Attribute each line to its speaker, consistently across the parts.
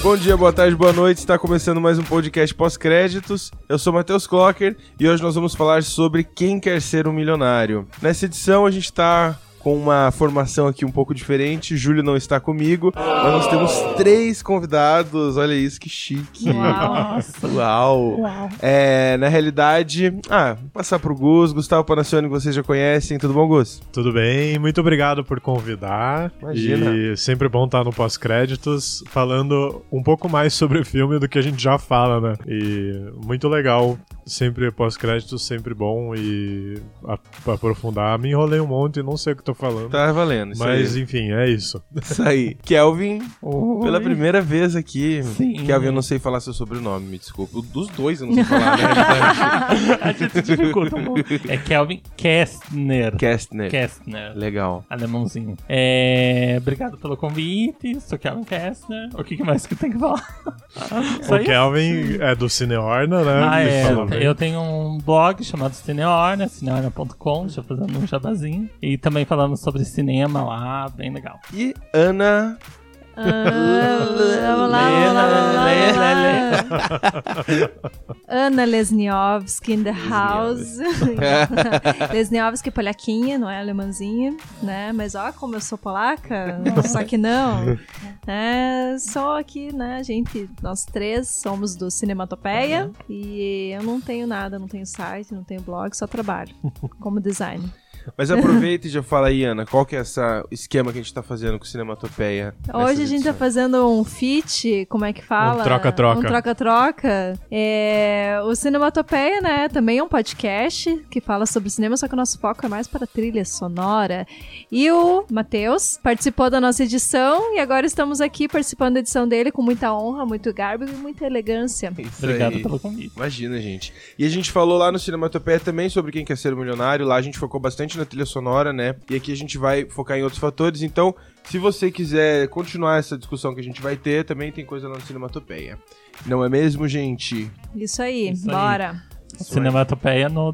Speaker 1: Bom dia, boa tarde, boa noite. Está começando mais um podcast pós-créditos. Eu sou Matheus Clocker e hoje nós vamos falar sobre quem quer ser um milionário. Nessa edição a gente está com uma formação aqui um pouco diferente. Júlio não está comigo, mas nós temos três convidados. Olha isso, que chique. Uau. É, na realidade, ah, vou passar pro Gus, Gustavo Panacione, que vocês já conhecem. Tudo bom, Gus?
Speaker 2: Tudo bem, muito obrigado por convidar.
Speaker 1: Imagina.
Speaker 2: E sempre bom estar no pós-créditos falando um pouco mais sobre o filme do que a gente já fala, né? E muito legal, sempre pós-créditos, sempre bom e a- aprofundar. Me enrolei um monte, não sei o que tô falando.
Speaker 1: Tá valendo, isso
Speaker 2: mas
Speaker 1: aí.
Speaker 2: enfim, é isso.
Speaker 1: Isso aí. Kelvin, Pela
Speaker 3: Pela
Speaker 1: primeira vez aqui,
Speaker 3: Sim.
Speaker 1: Kelvin, eu não sei falar seu sobrenome, me desculpa. Dos dois eu não sei falar, né?
Speaker 3: A gente dificulta um pouco. É Kelvin Kestner.
Speaker 1: Kestner.
Speaker 3: Kestner.
Speaker 1: né? Legal.
Speaker 3: Alemãozinho. É, Obrigado pelo convite. Sou Kelvin Kestner. O que que mais que tem que falar? Só
Speaker 2: o
Speaker 3: isso?
Speaker 2: Kelvin é do Cineorna, né?
Speaker 3: Ah,
Speaker 2: Ele
Speaker 3: é.
Speaker 2: fala bem.
Speaker 3: Eu tenho um blog chamado Cineorna, cineorna.com, já fazendo um jabazinho. E também falando sobre cinema lá, bem legal.
Speaker 1: E Ana.
Speaker 4: Ah, olá, olá, olá, olá, olá. Ana Lesniowski in the house. Lesniowski polaquinha, não é alemãzinha, né? Mas ó como eu sou polaca, só que não. É, só que, né, gente, nós três somos do Cinematopeia e eu não tenho nada, não tenho site, não tenho blog, só trabalho como design.
Speaker 1: Mas aproveita e já fala aí, Ana, qual que é essa esquema que a gente tá fazendo com Cinematopeia?
Speaker 4: Hoje a gente tá fazendo um fit, como é que fala?
Speaker 2: Um troca-troca.
Speaker 4: Um troca-troca. É, o Cinematopeia, né, também é um podcast que fala sobre cinema, só que o nosso foco é mais para trilha sonora. E o Matheus participou da nossa edição e agora estamos aqui participando da edição dele com muita honra, muito garbo e muita elegância.
Speaker 1: Isso
Speaker 3: Obrigado
Speaker 1: aí.
Speaker 3: pelo convite.
Speaker 1: Imagina, gente. E a gente falou lá no Cinematopeia também sobre quem quer ser um milionário. Lá a gente focou bastante na trilha sonora, né? E aqui a gente vai focar em outros fatores. Então, se você quiser continuar essa discussão que a gente vai ter, também tem coisa lá no Cinematopeia. Não é mesmo, gente? é
Speaker 4: Isso aí,
Speaker 3: Isso aí.
Speaker 4: bora.
Speaker 3: Cinematopeia no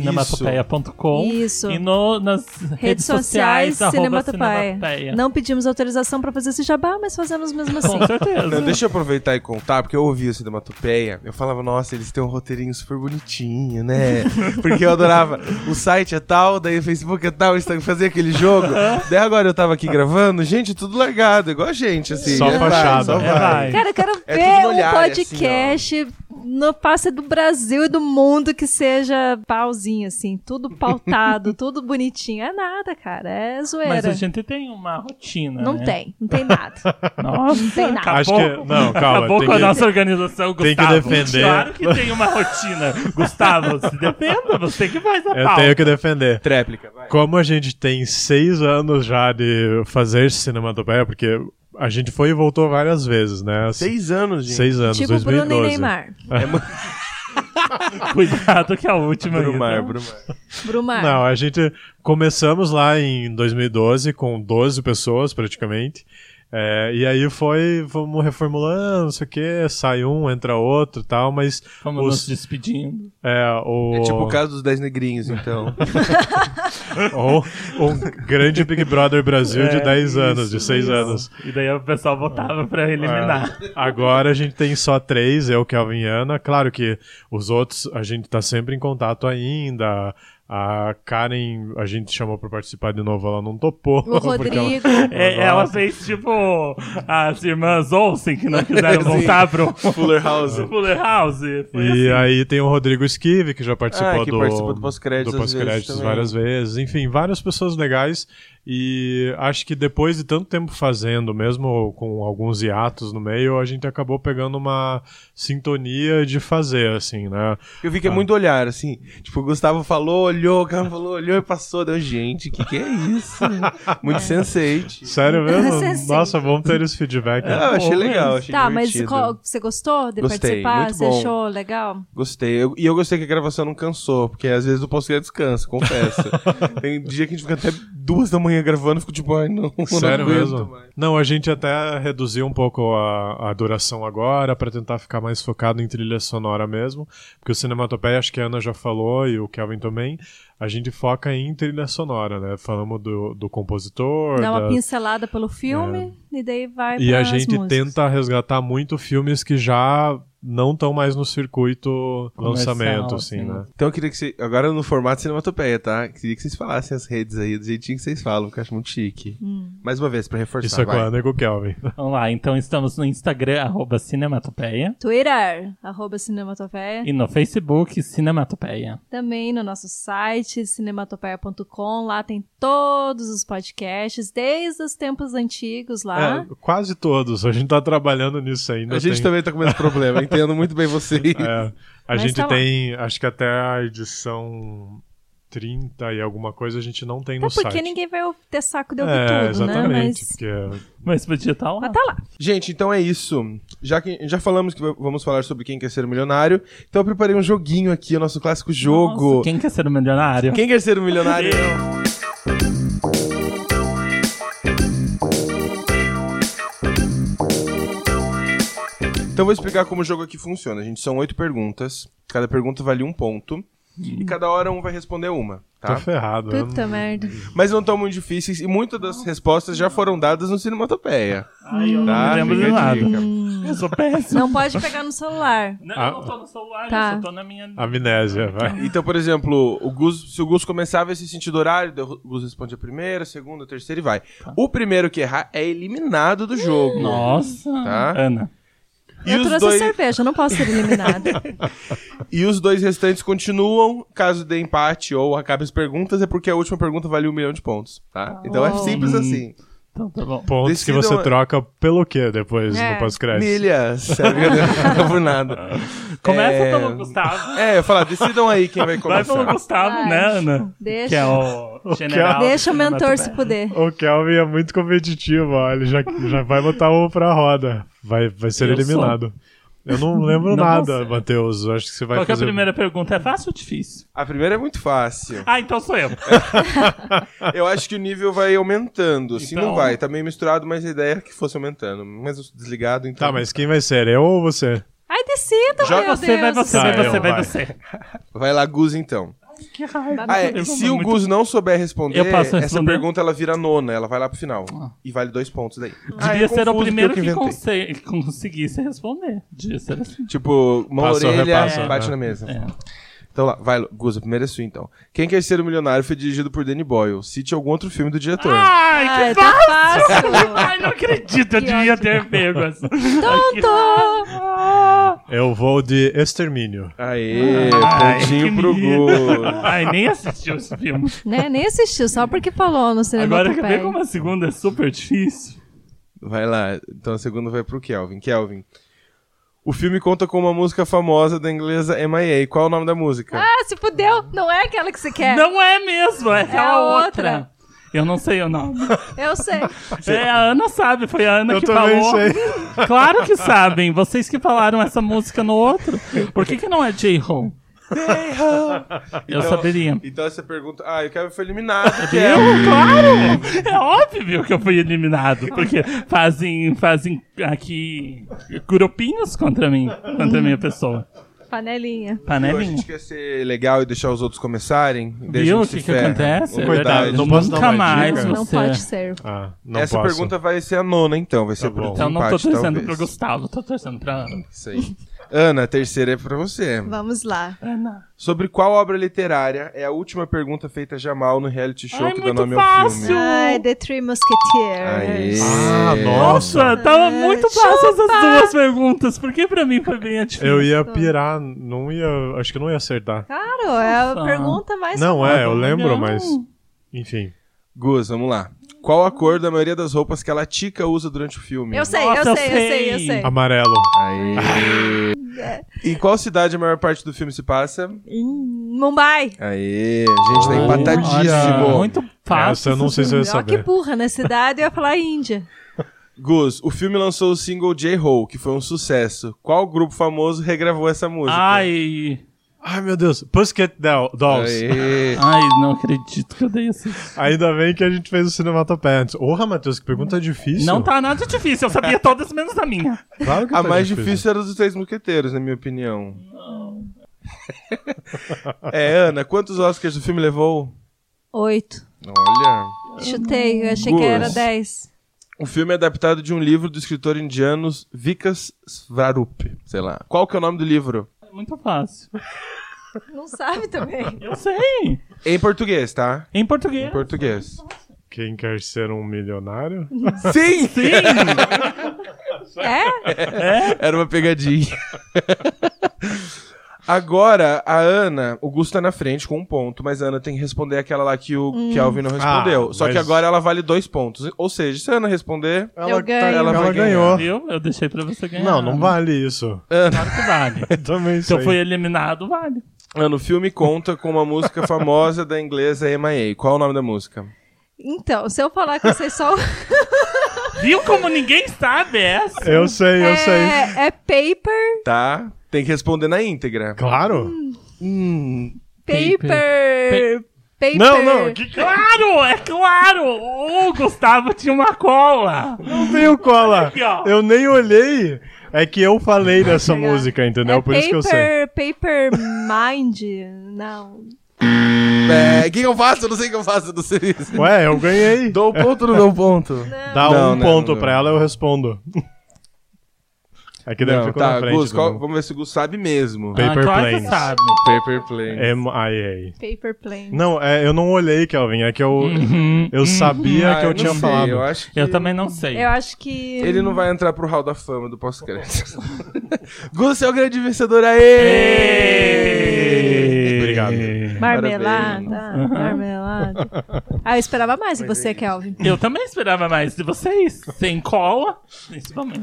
Speaker 3: www.cinematopeia.com
Speaker 4: Isso.
Speaker 3: e no, nas redes, sociais,
Speaker 4: sociais,
Speaker 3: arroba
Speaker 4: Cinematopeia.
Speaker 3: Cinematopeia.
Speaker 4: Não pedimos autorização para fazer esse jabá, mas fazemos mesmo assim.
Speaker 3: Com certeza.
Speaker 1: Não, deixa eu aproveitar e contar, porque eu ouvi o Cinematopeia, eu falava, nossa, eles têm um roteirinho super bonitinho, né? Porque eu adorava, o site é tal, daí o Facebook é tal, o Instagram fazia aquele jogo. daí agora eu tava aqui gravando, gente, tudo largado, igual a gente, assim.
Speaker 2: Só
Speaker 1: é vai,
Speaker 2: fachada.
Speaker 1: só
Speaker 2: É
Speaker 1: vai.
Speaker 3: vai.
Speaker 4: Cara, eu quero
Speaker 1: É tudo
Speaker 4: ver
Speaker 1: no olhar,
Speaker 4: um podcast no passe do Brasil e do mundo que seja pauzinho, assim, tudo pautado, tudo bonitinho. É nada, cara, é
Speaker 3: Mas
Speaker 4: zoeira.
Speaker 3: a gente tem uma rotina.
Speaker 4: Não
Speaker 3: né?
Speaker 4: tem, não tem nada.
Speaker 3: Nossa,
Speaker 4: Não tem nada.
Speaker 2: Acho
Speaker 3: acabou-
Speaker 2: que- não, calma,
Speaker 3: Acabou
Speaker 2: tem
Speaker 3: com a
Speaker 2: que-
Speaker 3: nossa organização, Gustavo.
Speaker 2: tem que defender.
Speaker 3: Claro que tem uma rotina. Gustavo, se defenda, você que faz a
Speaker 2: Eu
Speaker 3: pauta.
Speaker 2: tenho que defender.
Speaker 1: Tréplica, vai.
Speaker 2: Como a gente tem seis anos já de fazer cinematopeia, porque a gente foi e voltou várias vezes, né?
Speaker 1: Seis anos, gente.
Speaker 2: Seis anos,
Speaker 4: tipo Bruno e
Speaker 2: 2012.
Speaker 4: Neymar.
Speaker 3: Cuidado que é a última.
Speaker 1: Brumar,
Speaker 2: né?
Speaker 3: ainda.
Speaker 1: Brumar.
Speaker 4: Brumar.
Speaker 2: Não, a gente começamos lá em 2012 com 12 pessoas praticamente. É, e aí foi, vamos reformulando, não sei o que, sai um, entra outro e tal, mas
Speaker 3: Vamos nos
Speaker 2: os,
Speaker 3: despedindo.
Speaker 2: é, o,
Speaker 1: É tipo o caso dos Dez Negrinhos, então.
Speaker 2: ou- um grande Big Brother Brasil de
Speaker 3: É,
Speaker 2: 10 anos,
Speaker 1: isso,
Speaker 2: de 6
Speaker 1: isso.
Speaker 2: anos.
Speaker 3: E daí o pessoal votava pra eliminar.
Speaker 2: É. Agora a gente tem só três, eu, Kelvin e Ana. Claro que os outros a gente tá sempre em contato ainda. A Karen, a gente chamou pra participar de novo, ela não topou.
Speaker 4: O
Speaker 2: porque ela-
Speaker 4: Rodrigo.
Speaker 3: É,
Speaker 2: Nossa.
Speaker 3: ela fez tipo as irmãs Olsen que não quiseram
Speaker 1: Sim.
Speaker 3: voltar pro
Speaker 1: Fuller House.
Speaker 3: Fuller House. Foi
Speaker 2: E
Speaker 3: assim.
Speaker 2: aí tem o Rodrigo Esquive, que já participou
Speaker 1: Ah, que
Speaker 2: do,
Speaker 1: participou do pós-créditos
Speaker 2: do
Speaker 1: às vezes
Speaker 2: pós-créditos
Speaker 1: também.
Speaker 2: várias vezes. Enfim, várias pessoas legais. E acho que depois de tanto tempo fazendo, mesmo com alguns hiatos no meio, a gente acabou pegando uma sintonia de fazer, assim, né?
Speaker 1: Eu vi que é muito olhar, assim. Tipo, o Gustavo falou, olhou, o cara falou, olhou e passou. Deu, gente, o que, que é isso?
Speaker 2: É.
Speaker 1: muito sensate.
Speaker 2: Sério mesmo?
Speaker 4: Sim.
Speaker 2: Nossa, vamos ter esse feedback.
Speaker 1: Ah, eu achei
Speaker 3: Bom,
Speaker 1: legal,
Speaker 3: mesmo.
Speaker 1: achei
Speaker 4: Tá, mas
Speaker 1: divertido.
Speaker 4: qual- você gostou de
Speaker 1: Gostei,
Speaker 4: participar?
Speaker 1: muito
Speaker 4: você
Speaker 1: bom.
Speaker 4: achou legal?
Speaker 1: Gostei. Eu- e eu gostei que a gravação não cansou, porque às vezes o pós-crédito cansa, confesso. Tem dia que a gente fica até duas da manhã gravando, eu fico tipo, ai não.
Speaker 2: Sério
Speaker 1: não aguento
Speaker 2: mesmo?
Speaker 1: mais.
Speaker 2: Não, a gente até reduziu um pouco a, a duração agora pra tentar ficar mais focado em trilha sonora mesmo, porque o Cinematopeia, acho que a Ana já falou e o Kelvin também, a gente foca em trilha sonora, né? Falamos do, do compositor,
Speaker 4: Dá
Speaker 2: da-
Speaker 4: uma pincelada pelo filme e daí vai
Speaker 2: e a
Speaker 4: pras
Speaker 2: gente
Speaker 4: músicas.
Speaker 2: tenta resgatar muito filmes que já não estão mais no circuito
Speaker 3: Comercial,
Speaker 2: lançamento, assim,
Speaker 3: assim.
Speaker 2: né?
Speaker 1: Então eu queria que vocês. Agora no formato cinematopeia, tá? Queria que vocês falassem as redes aí do jeitinho que vocês falam, que eu acho muito chique.
Speaker 4: Hum.
Speaker 1: Mais uma vez, pra reforçar.
Speaker 2: Isso é com
Speaker 1: vai.
Speaker 2: a Ana e com o Kelvin.
Speaker 3: Vamos lá, então estamos no Instagram, arroba Cinematopeia.
Speaker 4: Twitter, arroba Cinematopeia.
Speaker 3: E no Facebook, Cinematopeia.
Speaker 4: Também no nosso site, cinematopeia.com. Lá tem todos os podcasts, desde os tempos antigos lá.
Speaker 2: É, quase todos. A gente tá trabalhando nisso ainda.
Speaker 1: A gente
Speaker 2: tem-
Speaker 1: também tá com esse problema, entendo muito bem vocês.
Speaker 2: É, a
Speaker 4: Mas
Speaker 2: gente
Speaker 4: tá lá.
Speaker 2: tem, acho que até a edição 30 e alguma coisa a gente não tem
Speaker 4: Até
Speaker 2: no
Speaker 4: Tá, porque
Speaker 2: site.
Speaker 4: ninguém vai ter saco de ouvir
Speaker 2: é,
Speaker 4: tudo, né?
Speaker 2: exatamente,
Speaker 4: Mas...
Speaker 2: porque
Speaker 3: Mas podia estar lá.
Speaker 4: mas tá lá.
Speaker 1: Gente, então é isso. Já que já falamos que v- vamos falar sobre quem quer ser um milionário, então eu preparei um joguinho aqui, o nosso clássico jogo.
Speaker 3: Nossa,
Speaker 1: quem...
Speaker 3: quem quer ser um milionário?
Speaker 1: quer ser um milionário? Então eu vou explicar como o jogo aqui funciona. A gente são oito perguntas. Cada pergunta vale um ponto. E cada hora um vai responder uma, tá?
Speaker 2: tá ferrado. eu
Speaker 4: Puta merda.
Speaker 1: Mas não estão muito difíceis e muitas das respostas já foram dadas no Cinematopeia.
Speaker 3: Ai, eu
Speaker 1: Tá,
Speaker 3: não lembro
Speaker 1: fica
Speaker 3: de
Speaker 1: a
Speaker 3: nada.
Speaker 1: dica.
Speaker 3: Eu sou péssimo.
Speaker 4: Hum. Não pode pegar no celular.
Speaker 3: Não,
Speaker 2: Ah.
Speaker 3: eu não tô no celular,
Speaker 4: Tá.
Speaker 3: eu só tô na minha...
Speaker 2: Amnésia, vai.
Speaker 1: Então, por exemplo, o Gus- se o Gus começar a ver esse sentido horário, daí o Gus responde a primeira, a segunda, a terceira e vai. O primeiro que errar é eliminado do jogo.
Speaker 3: Tá. Nossa.
Speaker 1: Tá.
Speaker 3: Ana.
Speaker 1: E
Speaker 4: eu
Speaker 1: os,
Speaker 4: trouxe
Speaker 1: dois,
Speaker 4: cerveja, eu não posso ser eliminada.
Speaker 1: e os dois restantes continuam. Caso dê empate ou acabe as perguntas, é porque a última pergunta vale um milhão de pontos. Tá? Então é
Speaker 4: Uau.
Speaker 1: simples assim.
Speaker 3: Então tá bom.
Speaker 2: Pontos
Speaker 1: Decidam-
Speaker 2: que você troca pelo quê depois
Speaker 4: É.
Speaker 2: no pós-crédito?
Speaker 1: Milhas. Sabe? Não é por nada.
Speaker 3: Começa
Speaker 1: É,
Speaker 3: pelo Gustavo.
Speaker 1: É, eu ia falar, decidam aí quem vai
Speaker 3: Vai pelo
Speaker 1: começar.
Speaker 3: Gustavo,
Speaker 4: Vai.
Speaker 3: né, Ana?
Speaker 4: Deixa.
Speaker 3: Que é o general.
Speaker 4: Deixa o mentor se
Speaker 3: Cinematopeia.
Speaker 4: puder.
Speaker 2: O Kelvin é muito competitivo, ó. Ele já, já vai botar o pra roda. Vai, vai ser
Speaker 3: Eu
Speaker 2: eliminado. Eu não lembro
Speaker 3: Não
Speaker 2: nada,
Speaker 3: consegue.
Speaker 2: Matheus. Acho que você vai
Speaker 3: Qual que é a
Speaker 2: fazer.
Speaker 3: primeira pergunta? É fácil ou difícil?
Speaker 1: A primeira é muito fácil.
Speaker 3: Ah, então sou eu.
Speaker 1: Eu acho que o nível vai aumentando. Se
Speaker 3: Então-
Speaker 1: não vai, tá meio misturado, mas a ideia é que fosse aumentando. Mas eu sou desligado, então.
Speaker 2: Tá, mas quem vai ser? Eu ou você?
Speaker 4: Ai, decida,
Speaker 1: Joga
Speaker 4: meu
Speaker 3: Você vai
Speaker 4: Deus.
Speaker 3: você,
Speaker 2: Tá,
Speaker 3: vai você,
Speaker 2: eu,
Speaker 3: vai
Speaker 2: vai.
Speaker 3: você.
Speaker 1: Vai lá, Gus, então.
Speaker 3: Que raiva.
Speaker 1: Ah, é.
Speaker 3: Eu sou
Speaker 1: Se o
Speaker 3: muito-
Speaker 1: Gus não souber responder,
Speaker 3: Eu posso
Speaker 1: essa
Speaker 3: responder?
Speaker 1: pergunta ela vira nona, ela vai lá pro final.
Speaker 3: Ah.
Speaker 1: E vale dois pontos daí. Ah,
Speaker 3: Devia
Speaker 1: é
Speaker 3: ser
Speaker 1: confuso,
Speaker 3: o
Speaker 1: porque
Speaker 3: primeiro
Speaker 1: eu
Speaker 3: que,
Speaker 1: inventei.
Speaker 3: conse- que conseguisse responder. Devia ser assim.
Speaker 1: Tipo, mão
Speaker 2: Passa ou
Speaker 1: orelha,
Speaker 2: repassa,
Speaker 1: bate
Speaker 2: né?
Speaker 1: na mesa.
Speaker 3: É.
Speaker 1: Então lá, vai, Gus, a primeira é sua, então. Quem Quer Ser o Milionário foi dirigido por Danny Boyle. Cite algum outro filme do diretor.
Speaker 3: Ai,
Speaker 4: Ai,
Speaker 3: que
Speaker 4: tá fácil.
Speaker 3: Ai, não acredito, eu
Speaker 4: Que
Speaker 3: devia ter pego essa.
Speaker 4: Tonto.
Speaker 2: Eu vou de Extermínio.
Speaker 1: Aê,
Speaker 3: Ah, Ai,
Speaker 1: pontinho
Speaker 3: que
Speaker 1: pro
Speaker 3: menino.
Speaker 1: Gus.
Speaker 3: Ai, nem assistiu esse filme.
Speaker 4: Né, nem assistiu, só porque falou no
Speaker 3: Agora que
Speaker 4: Cinematopeia.
Speaker 3: vem como a segunda é super difícil.
Speaker 1: Vai lá. Então a segunda vai pro Kelvin. Kelvin. O filme conta com uma música famosa da inglesa MIA. Qual é o nome da música?
Speaker 4: Ah, se fudeu. Não é aquela que você quer.
Speaker 3: Não é mesmo, é aquela
Speaker 4: a
Speaker 3: outra.
Speaker 4: outra.
Speaker 3: Eu não sei o nome.
Speaker 4: Eu sei.
Speaker 3: É, a Ana sabe, foi a Ana
Speaker 2: Eu
Speaker 3: que
Speaker 2: também
Speaker 3: falou.
Speaker 2: sei.
Speaker 3: Claro que sabem, vocês que falaram essa música no outro. Por que, que não é J-Ho? Eu saberia.
Speaker 1: Então essa pergunta. Ah, o Kelvin foi eliminado.
Speaker 3: É Eu,
Speaker 1: Kelvin.
Speaker 3: claro! É óbvio que eu fui eliminado, porque fazem, fazem aqui grupinhos contra mim, contra a minha pessoa.
Speaker 4: Panelinha.
Speaker 1: Pô, A
Speaker 3: Panelinha.
Speaker 1: gente quer ser legal e deixar os outros começarem. daí a
Speaker 3: Viu o
Speaker 1: gente
Speaker 3: que,
Speaker 1: se
Speaker 3: que
Speaker 1: ferra.
Speaker 3: acontece? É
Speaker 1: Coitado,
Speaker 3: verdade.
Speaker 2: não posso dar
Speaker 3: Nunca
Speaker 2: uma
Speaker 3: mais você...
Speaker 2: dica?
Speaker 4: Não pode ser.
Speaker 2: Ah, não
Speaker 1: Essa
Speaker 2: posso.
Speaker 1: pergunta vai ser a nona, então. Vai ser
Speaker 2: Tá
Speaker 1: por
Speaker 2: bom.
Speaker 1: desempate,
Speaker 3: Então não tô torcendo
Speaker 1: talvez.
Speaker 3: pro Gustavo, tô torcendo pra Ana.
Speaker 1: Isso aí. Ana, a terceira é pra você.
Speaker 4: Vamos lá.
Speaker 3: Ana.
Speaker 1: Sobre qual obra literária é a última pergunta feita a Jamal no reality show
Speaker 3: Ai,
Speaker 1: que dá
Speaker 3: muito
Speaker 1: nome ao
Speaker 3: fácil.
Speaker 1: filme?
Speaker 4: Ai, The Three Musketeers.
Speaker 1: Aê.
Speaker 2: Ah, nossa.
Speaker 3: Nossa, é, tava muito fácil essas duas perguntas, porque pra mim foi bem difícil.
Speaker 2: Eu ia pirar, não ia. Acho que não ia acertar.
Speaker 4: Claro, é a
Speaker 3: Nossa.
Speaker 4: pergunta mais.
Speaker 2: Não, é, eu
Speaker 3: Não.
Speaker 2: lembro, mas. Enfim.
Speaker 1: Gus, vamos lá. Qual a cor da maioria das roupas que a Latica usa durante o filme?
Speaker 4: Eu sei,
Speaker 3: Nossa,
Speaker 4: eu
Speaker 3: eu
Speaker 4: sei, eu sei, eu
Speaker 3: sei.
Speaker 4: sei.
Speaker 2: Amarelo.
Speaker 1: Aê. em qual cidade a maior parte do filme se passa?
Speaker 4: Hum, Mumbai.
Speaker 1: Aê, a gente tá empatadíssimo.
Speaker 3: Olha, Muito fácil.
Speaker 2: É, Essa eu não sei se eu ia
Speaker 4: Ó, que
Speaker 2: saber.
Speaker 4: burra, na cidade eu ia falar Índia.
Speaker 1: Gus, o filme lançou o single J-Ho, que foi um sucesso. Qual grupo famoso regravou essa música?
Speaker 3: Ai.
Speaker 2: Ai, meu Deus. Pussycat Doll- Dolls.
Speaker 1: Aê.
Speaker 3: Ai, não acredito que eu dei esse.
Speaker 2: Ainda bem que a gente fez o Cinematopéia antes. Porra, Matheus, que pergunta difícil.
Speaker 3: Não tá nada difícil, eu sabia todas menos a minha.
Speaker 2: Claro que
Speaker 1: A
Speaker 2: tá
Speaker 1: mais difícil era dos Três Mosqueteiros, na minha opinião. é, Ana, quantos Oscars o filme levou?
Speaker 4: Oito.
Speaker 1: Olha.
Speaker 4: Chutei, eu achei que
Speaker 1: Duas.
Speaker 4: era dez.
Speaker 1: O filme é adaptado de um livro do escritor indiano Vikas Svarup. Sei lá. Qual que é o nome do livro?
Speaker 3: É Muito fácil.
Speaker 4: Não sabe também.
Speaker 3: Eu sei.
Speaker 1: Em português, tá?
Speaker 3: Em português.
Speaker 1: Em português.
Speaker 2: Quem quer ser um milionário?
Speaker 1: Sim!
Speaker 3: Sim!
Speaker 4: É?
Speaker 1: Era uma pegadinha. Agora, a Ana, o Gusto tá na frente com um ponto, mas a Ana tem que responder aquela lá que o Kelvin não respondeu.
Speaker 2: Ah,
Speaker 1: Só que
Speaker 2: mas-
Speaker 1: agora ela vale dois pontos. Ou seja, se a Ana responder,
Speaker 4: Eu ganho. É.
Speaker 2: ela
Speaker 1: Ela vai
Speaker 2: ganhou.
Speaker 3: Viu? Eu deixei pra você ganhar.
Speaker 2: Não, não vale isso.
Speaker 3: Claro que vale.
Speaker 2: Eu também
Speaker 3: Se
Speaker 2: isso
Speaker 3: eu
Speaker 2: aí.
Speaker 3: fui eliminado, vale.
Speaker 1: Ana, o filme conta com uma música famosa da inglesa MIA. Qual é o nome da música?
Speaker 4: Então, se eu falar que eu sei só. o-
Speaker 3: Viu como ninguém sabe essa?
Speaker 2: Eu sei, eu sei.
Speaker 4: é, é paper,
Speaker 1: Tá? Tem que responder na íntegra.
Speaker 2: Claro.
Speaker 4: Hum, paper. Paper.
Speaker 2: Não, não, que que
Speaker 3: Claro, é claro! O Gustavo tinha uma cola.
Speaker 2: não tenho cola.
Speaker 3: Aqui, ó.
Speaker 2: Eu nem olhei. É que eu falei dessa
Speaker 4: Legal.
Speaker 2: música, entendeu?
Speaker 4: É
Speaker 2: Por isso que eu sei.
Speaker 4: paper, paper mind. Não.
Speaker 1: É, o que que eu faço? Eu não sei o que eu faço, eu não sei isso. Né?
Speaker 2: Ué, eu ganhei.
Speaker 1: Dou ponto ou não dou ponto?
Speaker 2: Dá
Speaker 1: Não,
Speaker 2: um
Speaker 1: não,
Speaker 2: ponto
Speaker 1: não.
Speaker 2: pra ela, eu respondo. É que deve
Speaker 1: Não,
Speaker 2: ficou
Speaker 1: tá,
Speaker 2: na frente.
Speaker 1: Gus,
Speaker 2: do-
Speaker 1: qual- vamos ver se o Gus sabe mesmo.
Speaker 2: Paper
Speaker 3: ah, claro
Speaker 2: planes.
Speaker 3: que sabe.
Speaker 1: Paper Plane.
Speaker 2: É MIA.
Speaker 4: Paper plane.
Speaker 2: Não, é, eu não olhei, Kelvin. É que eu, eu sabia que Ah, eu, tinha
Speaker 1: sei, Ah,
Speaker 2: falado.
Speaker 1: Eu acho que
Speaker 3: uhum. Eu também não sei.
Speaker 4: Eu acho que.
Speaker 1: ele não vai entrar pro Hall da Fama do pós-crédito. Gus é o grande vencedor, aê!
Speaker 2: Obrigado.
Speaker 4: Marmelada.
Speaker 1: Parabéns.
Speaker 4: Marmelada. Ah, eu esperava mais de você, Kelvin.
Speaker 3: Eu também esperava mais de vocês. Sem cola, principalmente.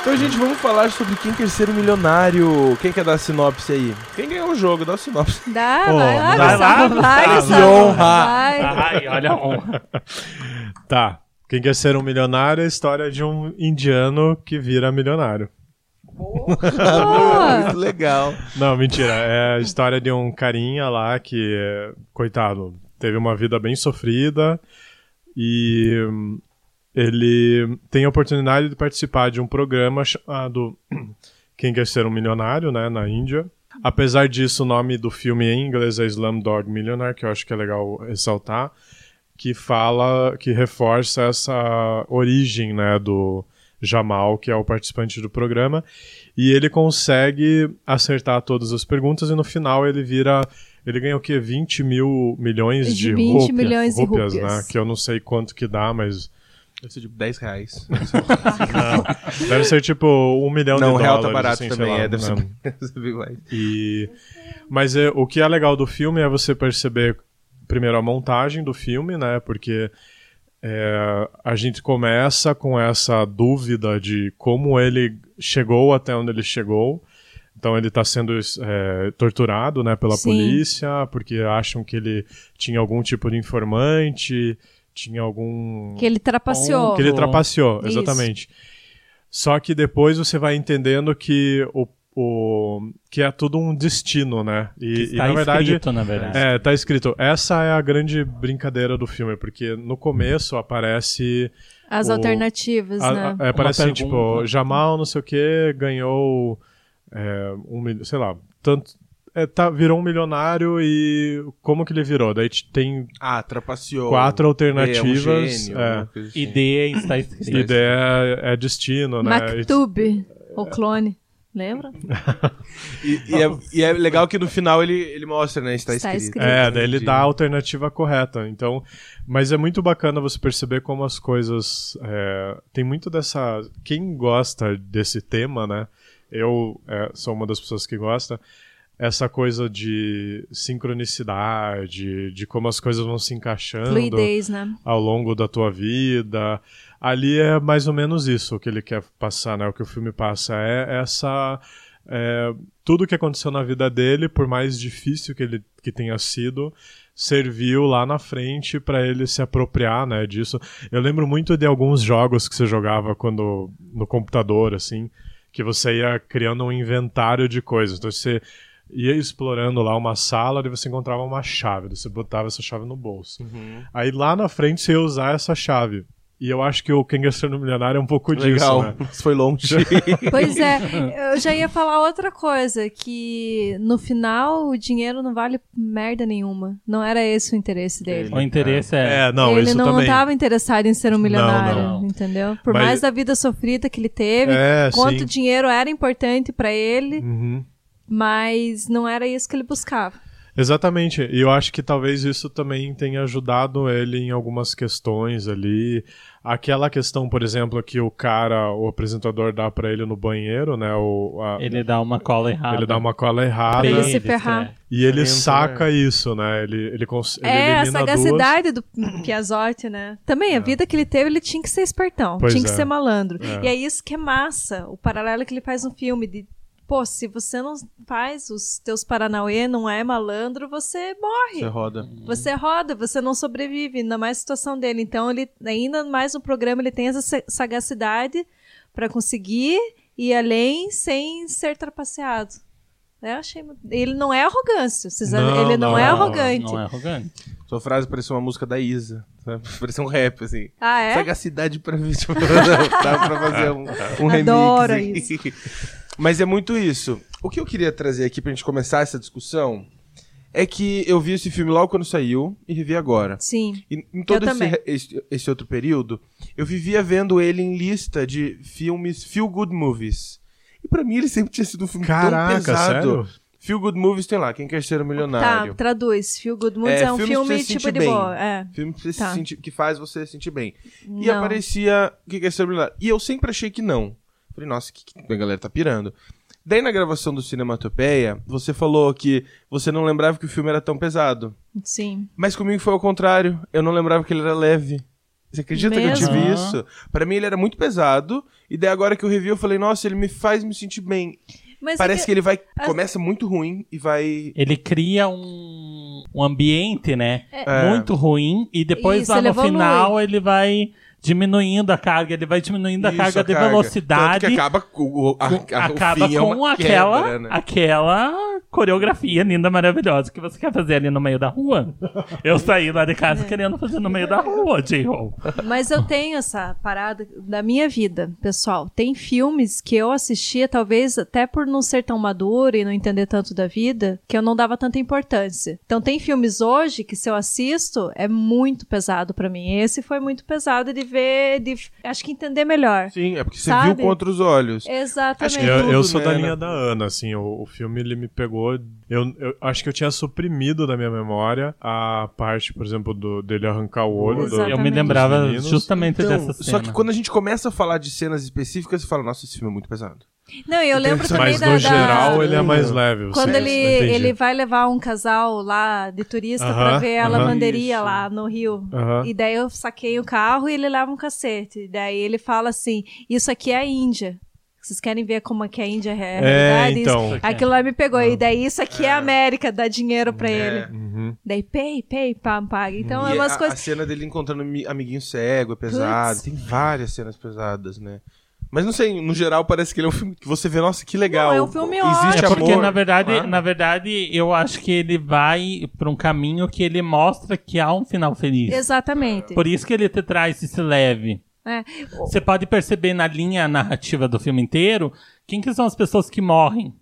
Speaker 1: Então, gente, vamos falar sobre quem quer ser o milionário. Quem quer dar a sinopse aí? Quem ganhou o jogo, dá a sinopse.
Speaker 4: Dá,
Speaker 2: Pô,
Speaker 4: vai lá,
Speaker 2: vai
Speaker 4: Gustavo,
Speaker 3: lá,
Speaker 4: vai,
Speaker 3: Gustavo.
Speaker 4: Gustavo,
Speaker 1: Que honra.
Speaker 4: vai.
Speaker 3: Ai, olha a honra.
Speaker 2: Tá. Quem quer ser um milionário é a história de um indiano que vira milionário.
Speaker 4: Boa.
Speaker 1: É Muito legal.
Speaker 2: Não, mentira. É a história de um carinha lá que, é, coitado, teve uma vida bem sofrida e hum, ele tem a oportunidade de participar de um programa chamado Quem Quer Ser Um Milionário, né, na Índia. Apesar disso, o nome do filme em inglês é Slumdog Millionaire, que eu acho que é legal ressaltar, que fala, que reforça essa origem, né, do Jamal, que é o participante do programa, e ele consegue acertar todas as perguntas e no final ele vira, ele ganha o quê? 20 mil milhões de
Speaker 4: 20
Speaker 2: rúpias,
Speaker 4: milhões de
Speaker 2: rúpias,
Speaker 4: rúpias.
Speaker 2: né, que eu não sei quanto que dá, mas
Speaker 1: Deve ser tipo 10 reais.
Speaker 2: deve ser tipo um milhão
Speaker 1: Não, o
Speaker 2: de
Speaker 1: real
Speaker 2: dólares.
Speaker 1: tá barato
Speaker 2: assim, sei
Speaker 1: também,
Speaker 2: lá,
Speaker 1: é, deve
Speaker 2: né?
Speaker 1: ser, deve ser bem mais.
Speaker 2: E... Mas é, o que é legal do filme é você perceber, primeiro, a montagem do filme, né? Porque é, a gente começa com essa dúvida de como ele chegou até onde ele chegou. Então ele está sendo é, torturado né, pela
Speaker 4: Sim.
Speaker 2: polícia, porque acham que ele tinha algum tipo de informante, tinha algum.
Speaker 4: Que ele trapaceou.
Speaker 2: Que ele trapaceou,
Speaker 4: Isso.
Speaker 2: exatamente. Só que depois você vai entendendo que o, o que é tudo um destino, né? E, e,
Speaker 3: Está
Speaker 2: na verdade
Speaker 3: tá escrito, na verdade.
Speaker 2: é, tá escrito. Essa é a grande brincadeira do filme, porque no começo aparece
Speaker 4: As
Speaker 2: o-
Speaker 4: alternativas,
Speaker 2: a-
Speaker 4: né?
Speaker 2: a- é, parece assim,
Speaker 3: pergunta.
Speaker 2: tipo, Jamal, não sei o que, ganhou é, um milhão, sei lá, tanto. é, tá, virou um milionário e como que ele virou? Daí t- tem
Speaker 1: Ah, trapaceou.
Speaker 2: quatro
Speaker 1: É, um
Speaker 2: alternativas.
Speaker 1: gênio,
Speaker 2: é.
Speaker 1: uma coisa assim.
Speaker 3: Ideia está escrito.
Speaker 2: Ideia é destino, né?
Speaker 4: Mactube, o clone. Lembra?
Speaker 1: E, e é, e é legal que no final ele, ele mostra, né? Está,
Speaker 4: Está
Speaker 1: escrito.
Speaker 4: escrito.
Speaker 2: É, daí ele dá a alternativa correta. Então, mas é muito bacana você perceber como as coisas é, tem muito dessa. Quem gosta desse tema, né? Eu é, sou uma das pessoas que gosta. Essa coisa de sincronicidade, de como as coisas vão se encaixando
Speaker 4: Fluidez, né?
Speaker 2: ao longo da tua vida. Ali é mais ou menos isso que ele quer passar, né? O que o filme passa é essa é, tudo que aconteceu na vida dele, por mais difícil que ele que tenha sido, serviu lá na frente para ele se apropriar, né, disso. Eu lembro muito de alguns jogos que você jogava quando no computador, assim, que você ia criando um inventário de coisas. Então você ia explorando lá uma sala e você encontrava uma chave, você botava essa chave no bolso.
Speaker 1: Uhum.
Speaker 2: Aí lá na frente você ia usar essa chave. E eu acho que o Quem Quer Ser no Milionário é um pouco disso,
Speaker 1: Legal,
Speaker 2: né?
Speaker 1: isso foi longe.
Speaker 4: Pois é, eu já ia falar outra coisa, que no final o dinheiro não vale merda nenhuma. Não era esse o interesse dele.
Speaker 3: O interesse é.
Speaker 2: É, não,
Speaker 4: ele
Speaker 2: isso
Speaker 4: não
Speaker 2: também.
Speaker 4: estava interessado em ser um milionário,
Speaker 3: não.
Speaker 4: entendeu? Por
Speaker 2: Mas-
Speaker 4: mais da vida sofrida que ele teve,
Speaker 2: É,
Speaker 4: quanto
Speaker 2: sim.
Speaker 4: dinheiro era importante para ele,
Speaker 2: Uhum.
Speaker 4: mas não era isso que ele buscava.
Speaker 2: Exatamente, e eu acho que talvez isso também tenha ajudado ele em algumas questões ali. Aquela questão, por exemplo, que o cara, o apresentador dá pra ele no banheiro, né? O, a- ele,
Speaker 3: Ele dá uma cola errada.
Speaker 2: dá uma cola errada
Speaker 3: Pra
Speaker 4: Ele se
Speaker 3: é.
Speaker 4: ferrar.
Speaker 2: e ele
Speaker 1: Lento,
Speaker 2: saca isso, né? Ele, ele, cons- ele
Speaker 4: é, a
Speaker 2: elimina duas. É.
Speaker 4: sagacidade do Piazotti, né? Também, a vida que ele teve, ele tinha que ser espertão,
Speaker 2: Pois
Speaker 4: tinha que
Speaker 2: é.
Speaker 4: ser malandro.
Speaker 2: É.
Speaker 4: E é isso que é massa, o paralelo que ele faz no filme de... Pô, se você não faz os teus Paranauê, não é malandro, você é morre.
Speaker 1: Você roda.
Speaker 4: Você roda, você não sobrevive, ainda mais a situação dele. Então, ele ainda mais no programa, ele tem essa sa- sagacidade para conseguir ir além sem ser trapaceado. Eu achei... mu- Ele não é arrogância, vocês-
Speaker 2: Não,
Speaker 4: ele não,
Speaker 2: não,
Speaker 4: é
Speaker 2: não,
Speaker 4: arrogante.
Speaker 3: Não é arrogante.
Speaker 1: Sua frase parecia uma música da Isa, sabe? Parecia um rap, assim.
Speaker 4: Ah, é?
Speaker 1: Sagacidade pra ver se dá pra fazer um, um remix.
Speaker 4: Adoro
Speaker 1: aí. Mas é muito isso. O que eu queria trazer aqui pra gente começar essa discussão é que eu vi esse filme logo quando saiu e revi agora.
Speaker 4: Sim.
Speaker 1: E em todo
Speaker 4: Eu
Speaker 1: esse,
Speaker 4: também.
Speaker 1: re- esse, esse outro período, eu vivia vendo ele em lista de filmes Feel Good Movies. E pra mim ele sempre tinha sido um
Speaker 4: é
Speaker 1: filme tão
Speaker 2: Caraca,
Speaker 1: pesado.
Speaker 2: sério?
Speaker 1: Feel Good Movies tem lá, Quem Quer Ser um Milionário.
Speaker 4: Tá, traduz. Feel Good Moods
Speaker 1: É,
Speaker 4: é, um
Speaker 1: filmes pra
Speaker 4: filme
Speaker 1: se
Speaker 4: tipo
Speaker 1: sentir
Speaker 4: de
Speaker 1: bem.
Speaker 4: boa. É.
Speaker 1: Filme pra se
Speaker 4: Tá.
Speaker 1: sentir- que faz você se sentir bem. E
Speaker 4: Não.
Speaker 1: aparecia o que que é ser milionário. E eu sempre achei que não. Falei, nossa, que, que a galera tá pirando. Daí na gravação do Cinematopeia, você falou que você não lembrava que o filme era tão pesado.
Speaker 4: Sim.
Speaker 1: Mas comigo foi ao contrário. Eu não lembrava que ele era leve. Você acredita que eu
Speaker 4: Mesmo?
Speaker 1: tive
Speaker 3: Ah.
Speaker 1: isso? Pra mim ele era muito pesado. E daí agora que eu revi, eu falei, nossa, ele me faz me sentir bem.
Speaker 4: Mas
Speaker 1: Parece
Speaker 4: é
Speaker 1: que... ele vai. Começa muito ruim e vai.
Speaker 3: Ele cria um, um ambiente, né?
Speaker 1: É.
Speaker 3: Muito ruim. E depois
Speaker 4: É. Isso,
Speaker 3: lá
Speaker 4: ele
Speaker 3: no
Speaker 4: evolui.
Speaker 3: final ele vai diminuindo a carga. Ele vai diminuindo a
Speaker 1: Isso,
Speaker 3: carga
Speaker 1: a
Speaker 3: de
Speaker 1: carga. Tanto
Speaker 3: velocidade.
Speaker 1: que acaba com o, a,
Speaker 3: com-
Speaker 1: a- o
Speaker 3: acaba
Speaker 1: fim é
Speaker 3: com
Speaker 1: uma
Speaker 3: aquela,
Speaker 1: quebra, né?
Speaker 3: aquela coreografia linda, maravilhosa que você quer fazer ali no meio da rua. Eu saí lá de
Speaker 4: É.
Speaker 3: casa querendo fazer no meio da rua, J-Roll.
Speaker 4: Mas eu tenho essa parada da minha vida, pessoal. Tem filmes que eu assistia, talvez até por não ser tão madura e não entender tanto da vida, que eu não dava tanta importância. Então tem filmes hoje que se eu assisto é muito pesado pra mim. Esse foi muito pesado de ver, de acho que entender melhor.
Speaker 1: Sim, é porque você
Speaker 4: Sabe? É
Speaker 1: viu com outros olhos.
Speaker 4: Exatamente.
Speaker 1: Acho que
Speaker 2: Eu, eu
Speaker 1: tudo,
Speaker 2: sou da
Speaker 1: né,
Speaker 2: linha
Speaker 1: né?
Speaker 2: da Ana, assim, o, o filme ele me pegou. Eu, eu acho que eu tinha suprimido da minha memória a parte, por exemplo, do, dele arrancar o olho. do-
Speaker 4: Exatamente.
Speaker 3: Eu me lembrava
Speaker 2: Meninos.
Speaker 3: justamente
Speaker 1: Então,
Speaker 3: dessa cena.
Speaker 1: só que quando a gente começa a falar de cenas específicas, você fala, nossa, esse filme é muito pesado.
Speaker 4: Não, e eu lembro também
Speaker 2: Mas
Speaker 4: da,
Speaker 2: no
Speaker 4: da-
Speaker 2: geral ele é mais leve. eu
Speaker 4: Quando
Speaker 2: sei,
Speaker 4: ele,
Speaker 2: eu entendi.
Speaker 4: ele vai levar um casal lá de turista pra
Speaker 2: Aham,
Speaker 4: ver a
Speaker 2: aham.
Speaker 4: lavanderia
Speaker 1: Isso.
Speaker 4: lá no Rio.
Speaker 2: Aham.
Speaker 4: E daí eu saquei o carro e ele leva um cacete. E daí ele fala assim: Isso aqui é a Índia. Vocês querem ver como é que a Índia é a realidade? Isso-
Speaker 2: então.
Speaker 4: Aquilo lá me pegou. E daí isso aqui é a América, dá dinheiro pra ele.
Speaker 2: Uhum.
Speaker 4: Daí pay, pay, pam, paga. Então é
Speaker 1: E
Speaker 4: umas
Speaker 1: a, a
Speaker 2: assim,
Speaker 4: coisas.
Speaker 1: cena dele encontrando ami- amiguinho cego é pesado.
Speaker 4: Putz.
Speaker 1: Tem várias cenas pesadas, né? Mas não sei, no geral parece que ele é um filme que você vê, nossa, que legal.
Speaker 4: Não, é um filme
Speaker 1: Existe
Speaker 3: É
Speaker 4: ótimo.
Speaker 3: porque,
Speaker 1: amor. né? Ah?
Speaker 3: na verdade,
Speaker 1: Claro.
Speaker 3: na verdade, eu acho que ele vai pra um caminho que ele mostra que há um final feliz.
Speaker 4: Exatamente.
Speaker 3: Por isso que ele te traz esse leve.
Speaker 4: É.
Speaker 3: Você pode perceber na linha narrativa do filme inteiro quem que são as pessoas que morrem.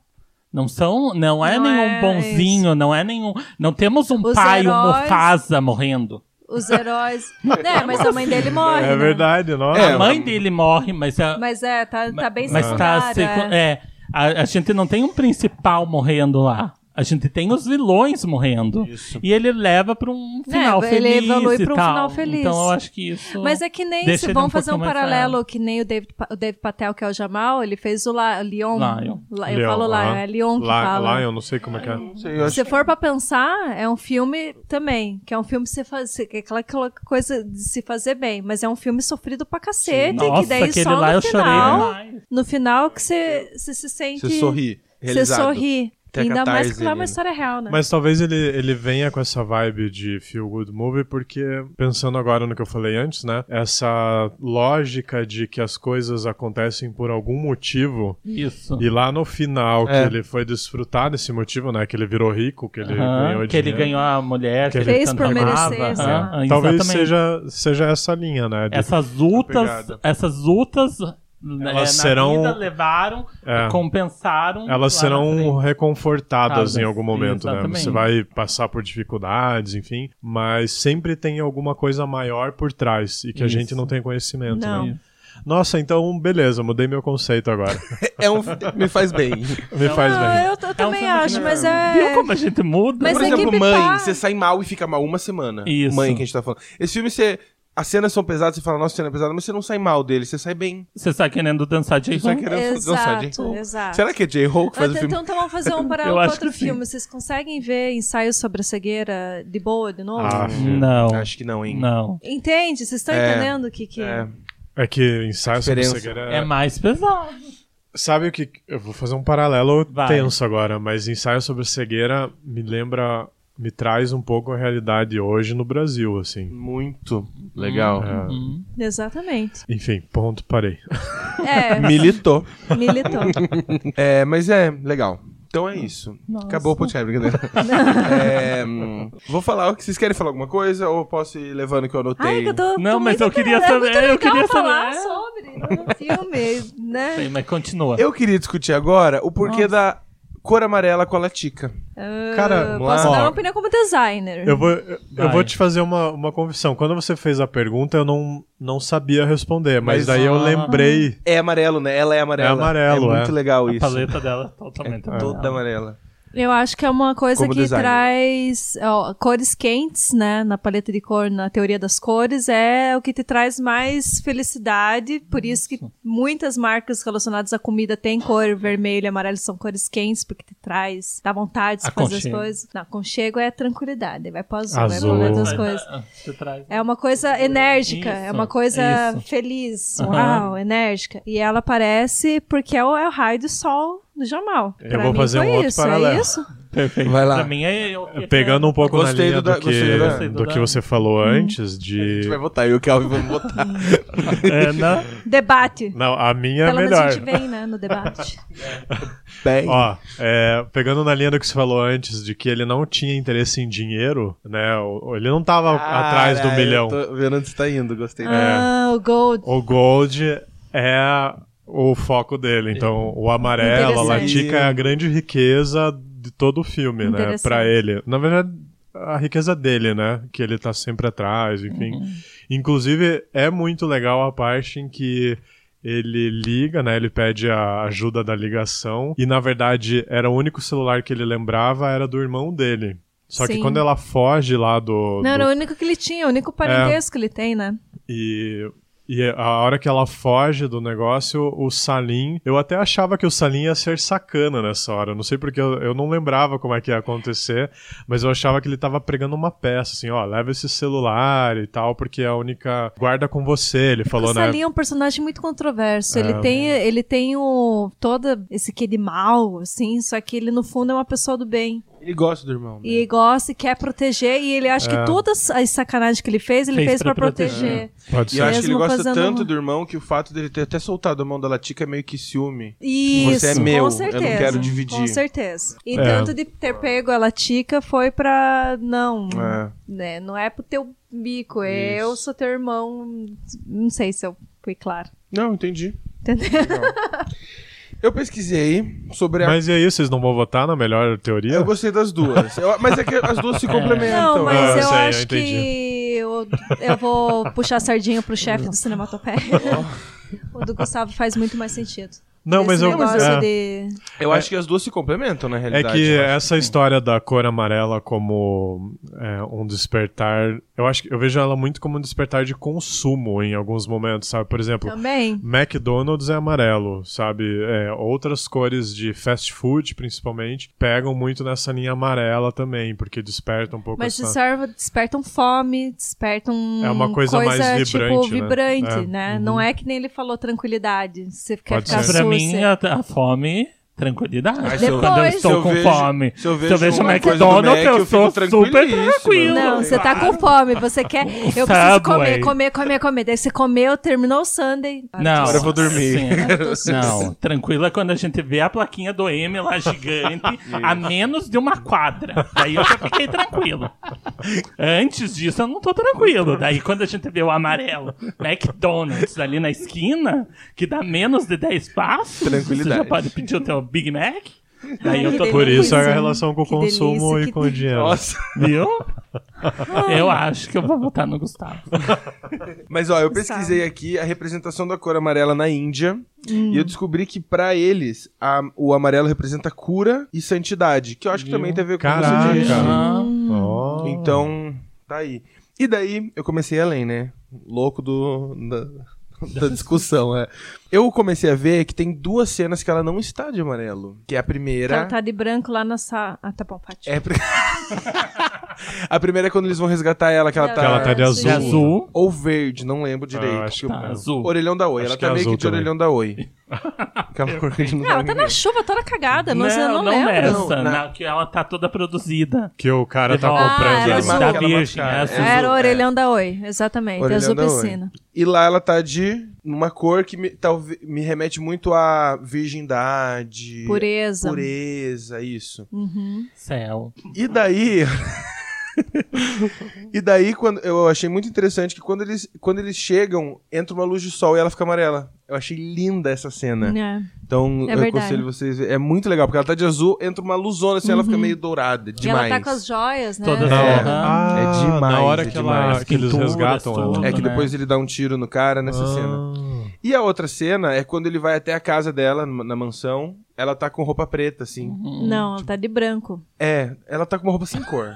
Speaker 3: Não são, não é
Speaker 4: Não
Speaker 3: nenhum
Speaker 4: é
Speaker 3: bonzinho, não é nenhum, não temos um
Speaker 4: Os
Speaker 3: pai, um
Speaker 4: heróis-
Speaker 3: Mufasa morrendo.
Speaker 4: Os heróis. né, mas a mãe dele morre.
Speaker 2: É
Speaker 4: né?
Speaker 2: verdade, Ah, nossa.
Speaker 1: É,
Speaker 3: a mãe dele morre, mas a,
Speaker 4: Mas é, tá, tá bem
Speaker 3: mas tá
Speaker 4: secundária,
Speaker 3: secu-
Speaker 4: é.
Speaker 3: é, a, a gente não tem um principal morrendo lá. A gente tem os vilões morrendo.
Speaker 1: Isso.
Speaker 3: E ele leva pra um
Speaker 4: É,
Speaker 3: final
Speaker 4: ele
Speaker 3: feliz.
Speaker 4: evolui
Speaker 3: e
Speaker 4: pra um
Speaker 3: tal.
Speaker 4: final feliz.
Speaker 3: Então eu acho que isso.
Speaker 4: Mas é que nem
Speaker 3: Deixa
Speaker 4: se
Speaker 3: ele um
Speaker 4: vamos fazer um
Speaker 3: pouquinho mais
Speaker 4: paralelo, que nem o David, Pa- o David Patel, que é o Jamal, ele fez o La, Leon.
Speaker 3: Lion.
Speaker 4: La- eu falo Lion,
Speaker 2: aham.
Speaker 4: é Leon que
Speaker 2: Lion,
Speaker 4: fala.
Speaker 2: Lion, não sei como é que é.
Speaker 1: Não sei, eu acho
Speaker 4: Se for pra pensar, é um filme também, que é um filme que você faz, que é aquela, aquela coisa de se fazer bem, mas é um filme sofrido pra cacete,
Speaker 3: Nossa,
Speaker 4: que daí
Speaker 3: aquele
Speaker 4: só
Speaker 3: lá
Speaker 4: no
Speaker 3: eu chorei né?
Speaker 4: final,
Speaker 3: demais.
Speaker 4: no final que você, você se sente...
Speaker 1: Você sorri.
Speaker 4: Você
Speaker 1: realizado.
Speaker 4: sorri.
Speaker 1: Tem a
Speaker 4: Ainda mais
Speaker 1: catarse
Speaker 4: que lá é uma
Speaker 1: ali, né?
Speaker 4: história real, né?
Speaker 2: Mas talvez ele, ele venha com essa vibe de feel good movie, porque, pensando agora no que eu falei antes, né? Essa lógica de que as coisas acontecem por algum motivo.
Speaker 3: Isso.
Speaker 2: E lá no final,
Speaker 1: É.
Speaker 2: que ele foi desfrutar desse motivo, né? Que ele virou rico, que ele
Speaker 3: Aham,
Speaker 2: ganhou dinheiro.
Speaker 3: que ele ganhou a mulher, que,
Speaker 2: Que
Speaker 3: ele
Speaker 4: Fez por
Speaker 3: tanto
Speaker 4: merecer,
Speaker 3: amava.
Speaker 4: sei lá.
Speaker 3: Aham,
Speaker 2: Talvez
Speaker 3: exatamente.
Speaker 2: seja, seja essa linha, né? de-
Speaker 3: Essas lutas,
Speaker 1: pegada.
Speaker 3: essas lutas né, na
Speaker 2: serão-
Speaker 3: vida levaram,
Speaker 2: É.
Speaker 3: compensaram. lá na
Speaker 2: Elas serão um
Speaker 3: frente.
Speaker 2: reconfortadas
Speaker 3: Ah,
Speaker 2: em algum momento, né?
Speaker 3: exatamente.
Speaker 2: Você vai passar por dificuldades, enfim, mas sempre tem alguma coisa maior por trás e que a
Speaker 3: Isso.
Speaker 2: gente não tem conhecimento,
Speaker 4: Não.
Speaker 2: né? Nossa, então beleza, mudei meu conceito agora.
Speaker 1: É um, me faz bem. Então,
Speaker 2: Me faz
Speaker 4: Não,
Speaker 2: bem.
Speaker 4: Ah, eu, eu também
Speaker 3: um filme que
Speaker 4: acho,
Speaker 3: não-
Speaker 4: mas é.
Speaker 3: Viu como a gente muda?
Speaker 4: Mas
Speaker 1: Por
Speaker 4: é
Speaker 1: exemplo,
Speaker 4: que
Speaker 1: mãe,
Speaker 4: pipar-
Speaker 1: você sai mal e fica mal uma semana.
Speaker 3: Isso.
Speaker 1: Mãe que a gente tá falando. Esse filme, você. As cenas são pesadas, você fala, nossa, a cena é pesada, mas você não sai mal dele, você sai bem.
Speaker 3: Você tá querendo dançar de
Speaker 1: Você sai
Speaker 2: tá
Speaker 1: querendo dançar de
Speaker 4: Exato, exato.
Speaker 1: Será que é J-Ho que faz o
Speaker 4: Então,
Speaker 1: filme?
Speaker 4: então tá, vamos fazer um
Speaker 3: Eu
Speaker 4: paralelo com
Speaker 3: acho que
Speaker 4: outro
Speaker 3: sim.
Speaker 4: filme. Vocês conseguem ver ensaios sobre a cegueira de boa de novo?
Speaker 2: Ah, filho.
Speaker 3: Não.
Speaker 1: Acho que não, hein?
Speaker 3: Não.
Speaker 4: Entende? Vocês estão
Speaker 1: É,
Speaker 4: entendendo o que que...
Speaker 1: É.
Speaker 2: É que ensaio sobre
Speaker 1: Diferença.
Speaker 2: cegueira.
Speaker 3: É mais pesado.
Speaker 2: Sabe o que. Eu vou fazer um paralelo
Speaker 3: Vai.
Speaker 2: tenso agora, mas ensaio sobre cegueira me lembra. Me traz um pouco a realidade hoje no Brasil, assim.
Speaker 1: Muito legal.
Speaker 2: É,
Speaker 4: Exatamente.
Speaker 2: Enfim, ponto, parei.
Speaker 4: É,
Speaker 1: Militou.
Speaker 4: militou.
Speaker 1: É, mas é legal. Então é isso. Acabou o podcast, brincadeira. É, hum, vou falar o que vocês querem falar alguma coisa ou eu posso ir levando o que eu anotei?
Speaker 4: Ai, que eu tô, tô
Speaker 3: Não, mas
Speaker 4: muito
Speaker 3: eu queria
Speaker 4: legal,
Speaker 3: saber,
Speaker 4: É muito
Speaker 3: eu
Speaker 4: legal
Speaker 3: queria
Speaker 4: falar
Speaker 3: saber.
Speaker 4: sobre um filme, né?
Speaker 3: Bem, mas continua.
Speaker 1: Eu queria discutir agora o porquê da cor amarela com a latica.
Speaker 4: Ah,
Speaker 2: Cara,
Speaker 4: posso
Speaker 1: ó.
Speaker 4: dar uma opinião como designer.
Speaker 2: Eu vou, eu
Speaker 3: Vai.
Speaker 2: vou te fazer uma, uma confissão. Quando você fez a pergunta, eu não, não sabia responder, mas,
Speaker 1: Mas-
Speaker 2: daí eu
Speaker 3: Ah.
Speaker 2: lembrei.
Speaker 1: É amarelo, né? Ela é amarela.
Speaker 2: É amarelo,
Speaker 1: É muito
Speaker 2: é.
Speaker 1: legal
Speaker 3: A
Speaker 1: isso.
Speaker 3: paleta dela é totalmente
Speaker 1: É toda
Speaker 3: amarela.
Speaker 1: amarela.
Speaker 4: Eu acho que é uma coisa
Speaker 1: Como
Speaker 4: que
Speaker 1: designer.
Speaker 4: traz ó, cores quentes, né? Na paleta de cor, na teoria das cores, é o que te traz mais felicidade. Por isso que muitas marcas relacionadas à comida têm cor vermelha, amarela, são cores quentes, porque te traz, dá vontade de fazer as
Speaker 3: Aconchego.
Speaker 4: coisas. Não, conchego é tranquilidade, vai pro azul, vai
Speaker 2: Azul.
Speaker 4: pro lado das
Speaker 2: Vai
Speaker 4: coisas.
Speaker 3: Ah, você traz.
Speaker 4: É uma coisa enérgica, é
Speaker 3: Isso,
Speaker 4: uma coisa
Speaker 3: isso.
Speaker 4: feliz,
Speaker 3: Aham.
Speaker 4: uau, enérgica. E ela aparece porque é o, é o raio do sol do Jamal.
Speaker 2: Eu
Speaker 4: pra
Speaker 2: vou
Speaker 4: mim
Speaker 2: fazer
Speaker 4: foi
Speaker 2: um outro
Speaker 4: isso,
Speaker 2: paralelo.
Speaker 4: É isso?
Speaker 3: Perfeito.
Speaker 1: Vai lá.
Speaker 3: Pra mim é eu.
Speaker 2: Pegando um pouco
Speaker 1: Gostei
Speaker 2: na linha
Speaker 1: do da-
Speaker 2: do,
Speaker 1: gostei
Speaker 2: que,
Speaker 1: do
Speaker 3: da-
Speaker 2: do que você falou antes
Speaker 1: A gente
Speaker 2: de.
Speaker 1: vai votar, eu e o Kelvin vamos votar.
Speaker 3: É, na-
Speaker 4: Debate.
Speaker 2: Não, a minha é
Speaker 4: Pelo menos a
Speaker 2: melhor.
Speaker 4: gente vem, né, no debate.
Speaker 1: Bem.
Speaker 2: Ó, é, pegando na linha do que você falou antes, de que ele não tinha interesse em dinheiro, né? o- o- Ele não tava atrás do
Speaker 1: Cara,
Speaker 2: milhão.
Speaker 1: Eu tô vendo onde você tá indo, gostei.
Speaker 4: Ah, o Gold.
Speaker 2: É. O Gold é o foco dele. Então, o amarelo, a
Speaker 4: Interessante.
Speaker 2: latica é a grande riqueza de todo o filme, né?
Speaker 4: Interessante.
Speaker 2: Pra ele. Na verdade, a riqueza dele, né? Que ele tá sempre atrás, enfim.
Speaker 4: Uhum.
Speaker 2: Inclusive, é muito legal a parte em que ele liga, né? Ele pede a ajuda da ligação. E, na verdade, era o único celular que ele lembrava era do irmão dele. Só que
Speaker 4: Sim.
Speaker 2: quando ela foge lá do...
Speaker 4: Não,
Speaker 2: do
Speaker 4: era o único que ele tinha, o único
Speaker 2: É.
Speaker 4: parentesco que ele tem, né?
Speaker 2: e, e a hora que ela foge do negócio, o Salim. Eu até achava que o Salim ia ser sacana nessa hora. Não sei porque eu, eu não lembrava como é que ia acontecer, mas eu achava que ele tava pregando uma peça, assim, ó, leva esse celular e tal, porque é a única. Guarda com você, ele falou,
Speaker 4: o
Speaker 2: né?
Speaker 4: Salim é um personagem muito controverso.
Speaker 2: É.
Speaker 4: Ele tem, ele tem o, todo esse que de mal, assim, só que ele, no fundo, é uma pessoa do bem.
Speaker 1: Ele gosta do irmão. né?
Speaker 4: E gosta e quer proteger, e ele acha
Speaker 1: É.
Speaker 4: que todas as sacanagens que ele fez, ele
Speaker 3: Fez
Speaker 4: fez,
Speaker 3: pra
Speaker 4: pra,
Speaker 3: proteger.
Speaker 4: proteger.
Speaker 2: Pode
Speaker 1: E eu
Speaker 2: ser.
Speaker 1: acho que ele
Speaker 4: Mesmo
Speaker 1: gosta
Speaker 4: fazendo
Speaker 1: tanto
Speaker 4: uma-
Speaker 1: do irmão que o fato dele ter até soltado a mão da Latica é meio que ciúme.
Speaker 4: Isso,
Speaker 1: Você é meu, eu não
Speaker 4: com certeza.
Speaker 1: quero dividir.
Speaker 4: Com certeza. E
Speaker 2: É.
Speaker 4: tanto de ter pego a latica foi pra. Não,
Speaker 1: É.
Speaker 4: né? Não é pro teu bico, eu
Speaker 1: Isso.
Speaker 4: sou teu irmão. Não sei se eu fui claro.
Speaker 1: Não, entendi. Legal. Eu pesquisei sobre é a.
Speaker 2: Mas e aí, vocês não vão votar na melhor teoria?
Speaker 1: Eu gostei das duas. Eu- mas é então, que as duas se complementam. né?
Speaker 4: não,
Speaker 2: Ah,
Speaker 4: mas eu
Speaker 2: sei, eu
Speaker 4: acho que eu, eu vou puxar a sardinha pro chefe do Cinematopéia. o do Gustavo faz muito mais sentido.
Speaker 2: Não,
Speaker 4: Esse
Speaker 2: mas eu.
Speaker 4: negócio
Speaker 2: é.
Speaker 4: de...
Speaker 1: Eu acho que as duas se complementam, na
Speaker 2: É
Speaker 1: realidade.
Speaker 2: que
Speaker 1: eu acho.
Speaker 2: essa história da cor amarela como é, um despertar, eu acho que eu vejo ela muito como um despertar de consumo em alguns momentos, sabe? Por exemplo,
Speaker 4: Também.
Speaker 2: McDonald's é amarelo, sabe? É, outras cores de fast food, principalmente, pegam muito nessa linha amarela também, porque desperta um pouco
Speaker 4: Mas
Speaker 2: essa...
Speaker 4: despertam, despertam fome, despertam
Speaker 2: É uma coisa mais
Speaker 4: tipo,
Speaker 2: vibrante, né?
Speaker 4: vibrante,
Speaker 2: É.
Speaker 4: né? Não é que nem ele falou tranquilidade. Você quer
Speaker 2: Pode
Speaker 4: ficar
Speaker 2: ser.
Speaker 3: Pra
Speaker 4: sujo,
Speaker 3: mim, é
Speaker 4: você-
Speaker 3: a, a fome tranquilidade.
Speaker 1: Mas
Speaker 4: se eu-
Speaker 3: quando eu
Speaker 4: Depois-
Speaker 3: estou
Speaker 1: se eu
Speaker 3: com
Speaker 1: vejo-
Speaker 3: fome.
Speaker 1: se eu vejo
Speaker 4: uma
Speaker 3: o
Speaker 4: coisa do
Speaker 1: Mac,
Speaker 3: McDonald's,
Speaker 1: eu fico
Speaker 3: eu, sou super
Speaker 1: tranquilíssimo.
Speaker 3: tranquilo.
Speaker 4: Não, você tá com fome, você quer. Eu
Speaker 3: Subway.
Speaker 4: preciso comer, comer, comer, comer. Daí você comeu, terminou o Sunday. Ah,
Speaker 3: Não,
Speaker 1: Agora eu vou dormir.
Speaker 3: sim. não, tranquilo é quando a gente vê a plaquinha do M lá gigante a menos de uma quadra. Daí eu já fiquei tranquilo. Antes disso eu não tô tranquilo. Daí quando a gente vê o amarelo McDonald's ali na esquina, que dá menos de 10 passos,
Speaker 1: Tranquilidade.
Speaker 3: você já pode pedir o teu Big Mac. Daí eu
Speaker 4: que
Speaker 3: tô
Speaker 4: delícia.
Speaker 2: Por isso a
Speaker 4: é Delícia.
Speaker 2: relação com o
Speaker 4: Que
Speaker 2: consumo
Speaker 4: delícia,
Speaker 2: e
Speaker 4: que
Speaker 2: com o dinheiro.
Speaker 1: Nossa.
Speaker 3: Viu? Eu acho que eu vou votar no Gustavo.
Speaker 1: Mas ó, eu pesquisei aqui a representação da cor amarela na Índia e eu descobri que pra eles a- o amarelo representa cura e santidade, que eu acho que também tem a ver com o que
Speaker 2: Caraca.
Speaker 1: você disse.
Speaker 3: Ah,
Speaker 4: Hum.
Speaker 2: Oh.
Speaker 1: Então, tá aí. E daí eu comecei além, né? Louco do da, da discussão, é. Eu comecei a ver que tem duas cenas que ela não está de amarelo, que é a primeira
Speaker 4: Ela tá de branco lá na sala. Ah, tá bom, Paty.
Speaker 1: é a, pri- a primeira é quando eles vão resgatar ela, que ela
Speaker 4: Que
Speaker 1: tá
Speaker 2: ela tá de azul.
Speaker 3: de azul.
Speaker 1: ou verde, não lembro direito.
Speaker 2: Ah, acho que
Speaker 1: o-
Speaker 3: Tá, azul.
Speaker 1: Orelhão da Oi.
Speaker 2: Acho
Speaker 1: ela
Speaker 2: que é
Speaker 1: tá meio
Speaker 2: azul
Speaker 1: que de
Speaker 2: também.
Speaker 1: orelhão da Oi. Aquela cor que a gente não
Speaker 4: Ah, ela
Speaker 1: sabe
Speaker 4: tá
Speaker 1: nem-
Speaker 4: na chuva, toda cagada. Não, eu não, lembro.
Speaker 3: nessa.
Speaker 1: Não, na-
Speaker 3: na- que ela tá toda produzida.
Speaker 2: Que o cara tá
Speaker 3: Ah,
Speaker 2: comprando.
Speaker 4: era
Speaker 2: né?
Speaker 4: azul.
Speaker 1: Aquela
Speaker 3: Da Virgem,
Speaker 1: mascara.
Speaker 3: é azul.
Speaker 4: Era o orelhão da Oi, exatamente.
Speaker 1: Orelhão
Speaker 4: azul
Speaker 1: da Oi.
Speaker 4: piscina.
Speaker 1: E lá ela tá de uma cor que me, talve- me remete muito à virgindade.
Speaker 4: Pureza. Hum.
Speaker 1: Pureza, isso.
Speaker 3: é. Céu.
Speaker 1: E daí. e daí, quando eu achei muito interessante que quando eles, quando eles chegam, entra uma luz de sol e ela fica amarela. Eu achei linda essa cena.
Speaker 4: É.
Speaker 1: Então,
Speaker 4: É
Speaker 1: eu
Speaker 4: verdade.
Speaker 1: aconselho vocês. É muito legal, porque ela tá de azul, entra uma luzona assim, ela fica meio dourada.
Speaker 4: Uhum. E
Speaker 1: Demais.
Speaker 4: ela tá com as joias, né?
Speaker 3: Todas
Speaker 2: Na
Speaker 3: É.
Speaker 2: hora-
Speaker 1: Ah, é demais,
Speaker 2: Na hora
Speaker 1: é
Speaker 2: que, ela-
Speaker 1: demais.
Speaker 2: que eles
Speaker 3: Pinturas,
Speaker 2: resgatam
Speaker 3: tudo.
Speaker 2: ela. Ah.
Speaker 1: É que
Speaker 3: né?
Speaker 1: depois ele dá um tiro no cara nessa
Speaker 3: Ah.
Speaker 1: cena. E a outra cena é quando ele vai até a casa dela, numa- na mansão. Ela tá com roupa preta, assim.
Speaker 4: Não, ela tá de branco.
Speaker 1: É, ela tá com uma roupa sem cor.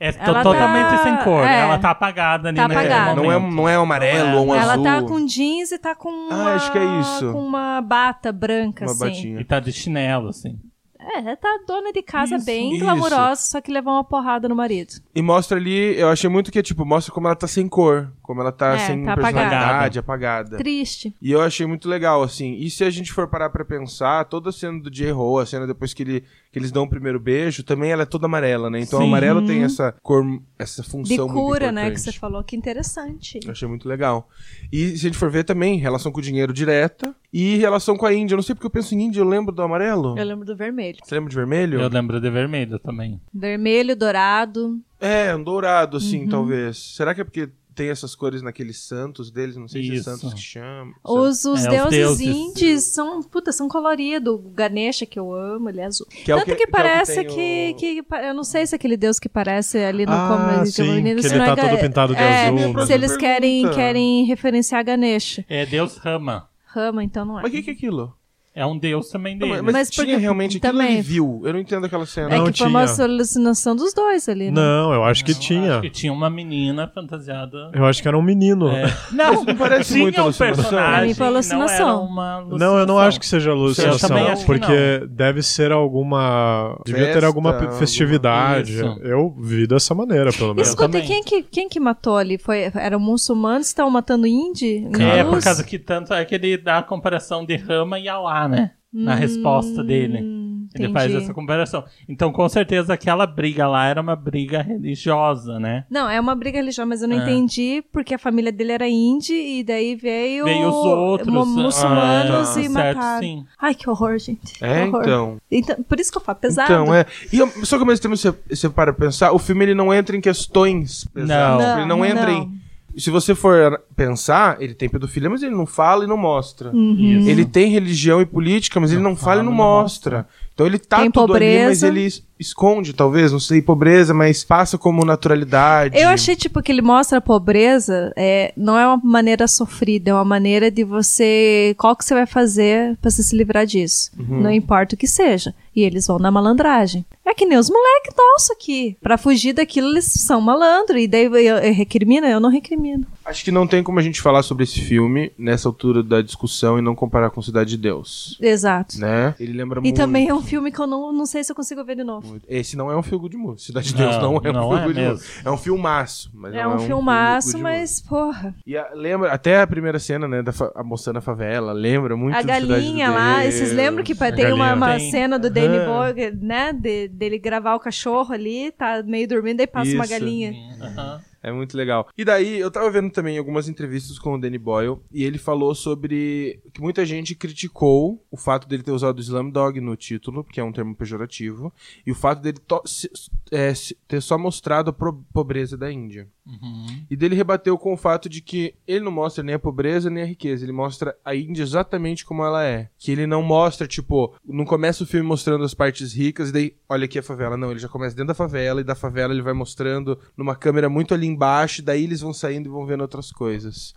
Speaker 3: É to-
Speaker 4: Ela tá-
Speaker 3: totalmente sem cor.
Speaker 4: é.
Speaker 3: Ela tá apagada ali
Speaker 4: Tá
Speaker 3: naquele
Speaker 4: apagada.
Speaker 1: É,
Speaker 3: momento.
Speaker 1: não, é, não é um amarelo
Speaker 3: Não é.
Speaker 1: ou um
Speaker 4: ela
Speaker 1: azul.
Speaker 4: tá com jeans e tá com uma,
Speaker 1: Ah, acho que é isso.
Speaker 4: com uma bata branca,
Speaker 1: uma
Speaker 4: assim.
Speaker 1: batinha.
Speaker 3: E tá de chinelo, assim.
Speaker 4: É, ela tá dona de casa
Speaker 1: Isso,
Speaker 4: bem
Speaker 1: isso.
Speaker 4: glamurosa, só que levou uma porrada no marido.
Speaker 1: E mostra ali, eu achei muito que, tipo, mostra como ela tá sem cor. Como ela tá
Speaker 4: É,
Speaker 1: sem
Speaker 4: tá apagada.
Speaker 1: personalidade, apagada.
Speaker 4: Triste.
Speaker 1: E eu achei muito legal, assim. E se a gente for parar pra pensar, toda a cena do J-Ho, a cena depois que, ele, que eles dão o primeiro beijo, também ela é toda amarela, né? Então o
Speaker 3: Sim.
Speaker 1: amarelo tem essa cor, essa
Speaker 4: De
Speaker 1: função muito
Speaker 4: cura, né? Que
Speaker 1: importante. É.
Speaker 4: você falou. Que interessante.
Speaker 1: Eu achei muito legal. E se a gente for ver também, relação com o dinheiro direta e relação com a Índia. Eu não sei porque eu penso em Índia, eu lembro do amarelo.
Speaker 4: Eu lembro do vermelho.
Speaker 1: Você lembra de vermelho?
Speaker 3: Eu lembro de vermelho também.
Speaker 4: Vermelho, dourado.
Speaker 1: É, um dourado, assim, talvez. Será que é porque tem essas cores naqueles santos deles? Não sei
Speaker 3: Isso.
Speaker 1: se é santos que chama.
Speaker 4: Os, os
Speaker 3: É, os
Speaker 4: deuses,
Speaker 3: deuses.
Speaker 4: índios são, puta, são coloridos. O Ganesha, que eu amo, ele é azul.
Speaker 1: é o
Speaker 4: Tanto que,
Speaker 1: que- que é o que
Speaker 4: parece
Speaker 1: tem
Speaker 4: que,
Speaker 1: o-
Speaker 4: que pa- Eu não sei se é aquele deus que parece ali no
Speaker 2: Ah,
Speaker 4: como
Speaker 2: sim,
Speaker 4: Menino,
Speaker 2: que
Speaker 4: se
Speaker 2: ele
Speaker 4: não
Speaker 2: tá
Speaker 4: é Ga-
Speaker 2: todo pintado de
Speaker 4: é,
Speaker 2: azul, né?
Speaker 4: Se eles querem,
Speaker 1: Pergunta.
Speaker 4: querem referenciar Ganesha.
Speaker 3: É Deus Rama.
Speaker 4: Rama, então não é.
Speaker 1: Mas o que, que é aquilo?
Speaker 3: É um deus também
Speaker 1: Não,
Speaker 3: dele.
Speaker 1: mas
Speaker 4: Mas
Speaker 1: tinha
Speaker 4: porque-
Speaker 1: realmente aquilo
Speaker 4: também.
Speaker 1: ele viu. Eu não entendo aquela cena.
Speaker 4: É
Speaker 2: Não
Speaker 4: que
Speaker 2: tinha.
Speaker 4: foi uma alucinação dos dois ali, né?
Speaker 2: Não, eu acho que tinha.
Speaker 3: Acho que tinha uma menina fantasiada.
Speaker 2: Eu acho que era um menino.
Speaker 3: É. Não,
Speaker 1: não parece
Speaker 3: tinha
Speaker 1: muito
Speaker 3: um
Speaker 1: alucinação.
Speaker 4: Pra mim
Speaker 3: personagem.
Speaker 4: foi alucinação.
Speaker 3: Não, era uma alucinação.
Speaker 2: Não, eu não acho que seja alucinação,
Speaker 3: também acho que
Speaker 2: porque deve ser alguma, devia ter
Speaker 1: Festa,
Speaker 2: alguma
Speaker 1: alguma-
Speaker 2: festividade.
Speaker 3: Isso.
Speaker 2: Eu vi dessa maneira, pelo menos.
Speaker 4: Escuta,
Speaker 3: também.
Speaker 4: quem que, quem que matou ali? Foi, eram muçulmanos que estavam matando índio? na
Speaker 3: É,
Speaker 4: luz?
Speaker 3: por causa que tanto é que ele dá a comparação de Rama e Alá, né? Na resposta dele. Ele
Speaker 4: Hum, entendi.
Speaker 3: faz essa comparação. Então, com certeza, aquela briga lá era uma briga religiosa, né?
Speaker 4: Não, é uma briga religiosa, mas eu não
Speaker 3: É.
Speaker 4: entendi porque a família dele era índia e daí veio,
Speaker 3: Veio os outros.
Speaker 4: mu- muçulmanos
Speaker 3: ah, tá.
Speaker 4: e
Speaker 3: Certo,
Speaker 4: mataram.
Speaker 3: sim.
Speaker 4: Ai, que horror, gente.
Speaker 1: É,
Speaker 4: Que horror.
Speaker 1: então.
Speaker 4: Então, Por isso que eu falo, pesado.
Speaker 1: Então, é. E eu- só que ao mesmo tempo você, você para pra pensar, o filme ele não entra em questões pesadas.
Speaker 3: Não.
Speaker 1: Ele não entra
Speaker 4: Não.
Speaker 1: em. Se você for pensar, ele tem pedofilia, mas ele não fala e não mostra.
Speaker 4: Uhum.
Speaker 3: Isso.
Speaker 1: Uhum. Ele tem religião e política, mas ele não fala e não mostra. Então ele tá
Speaker 4: Tem
Speaker 1: tudo ali, mas
Speaker 4: pobreza.
Speaker 1: ele es- esconde, talvez, não sei, pobreza, mas passa como naturalidade.
Speaker 4: Eu achei, tipo, que ele mostra a pobreza, é, não é uma maneira sofrida, é uma maneira de você. Qual que você vai fazer pra você se livrar disso?
Speaker 3: Uhum.
Speaker 4: Não importa o que seja. E eles vão na malandragem. É que nem os moleques nossos aqui. Pra fugir daquilo, eles são malandro. E daí eu, eu recrimino? Eu não recrimino.
Speaker 1: Acho que não tem como a gente falar sobre esse filme nessa altura da discussão e não comparar com Cidade de Deus.
Speaker 4: Exato.
Speaker 1: Né? Ele lembra
Speaker 4: E
Speaker 1: muito.
Speaker 4: também é um filme que eu não, não sei se eu consigo ver de novo.
Speaker 1: muito. Esse não é um filme de música. Cidade de Deus não, é um
Speaker 3: não é
Speaker 1: filme de
Speaker 3: mesmo.
Speaker 1: música. É um filmaço. Mas
Speaker 4: É
Speaker 1: não
Speaker 4: um
Speaker 1: filme
Speaker 4: filmaço,
Speaker 1: de música.
Speaker 4: mas, porra.
Speaker 1: E a- lembra, até a primeira cena, né? Da fa- a moça na favela, lembra muito
Speaker 4: a
Speaker 1: de Cidade de
Speaker 4: galinha lá,
Speaker 1: Deus.
Speaker 4: vocês lembram que pa- tem
Speaker 2: galinha.
Speaker 4: uma, uma
Speaker 3: Tem.
Speaker 4: cena do Danny
Speaker 1: Aham.
Speaker 4: Boyle, né? de- dele gravar o cachorro ali, tá meio dormindo, aí passa uma
Speaker 1: Isso.
Speaker 4: galinha.
Speaker 3: Aham.
Speaker 1: É muito legal. E daí, eu tava vendo também algumas entrevistas com o Danny Boyle, e ele falou sobre que muita gente criticou o fato dele ter usado Slamdog no título, que é um termo pejorativo, e o fato dele to- se- é, se- ter só mostrado a pro- pobreza da Índia.
Speaker 3: Uhum.
Speaker 1: E dele rebateu com o fato de que ele não mostra nem a pobreza nem a riqueza, ele mostra a Índia exatamente como ela é. Que ele não mostra, tipo, não começa o filme mostrando as partes ricas e daí, olha aqui a favela. Não, ele já começa dentro da favela e da favela ele vai mostrando numa câmera muito ali embaixo, e daí eles vão saindo e vão vendo outras coisas.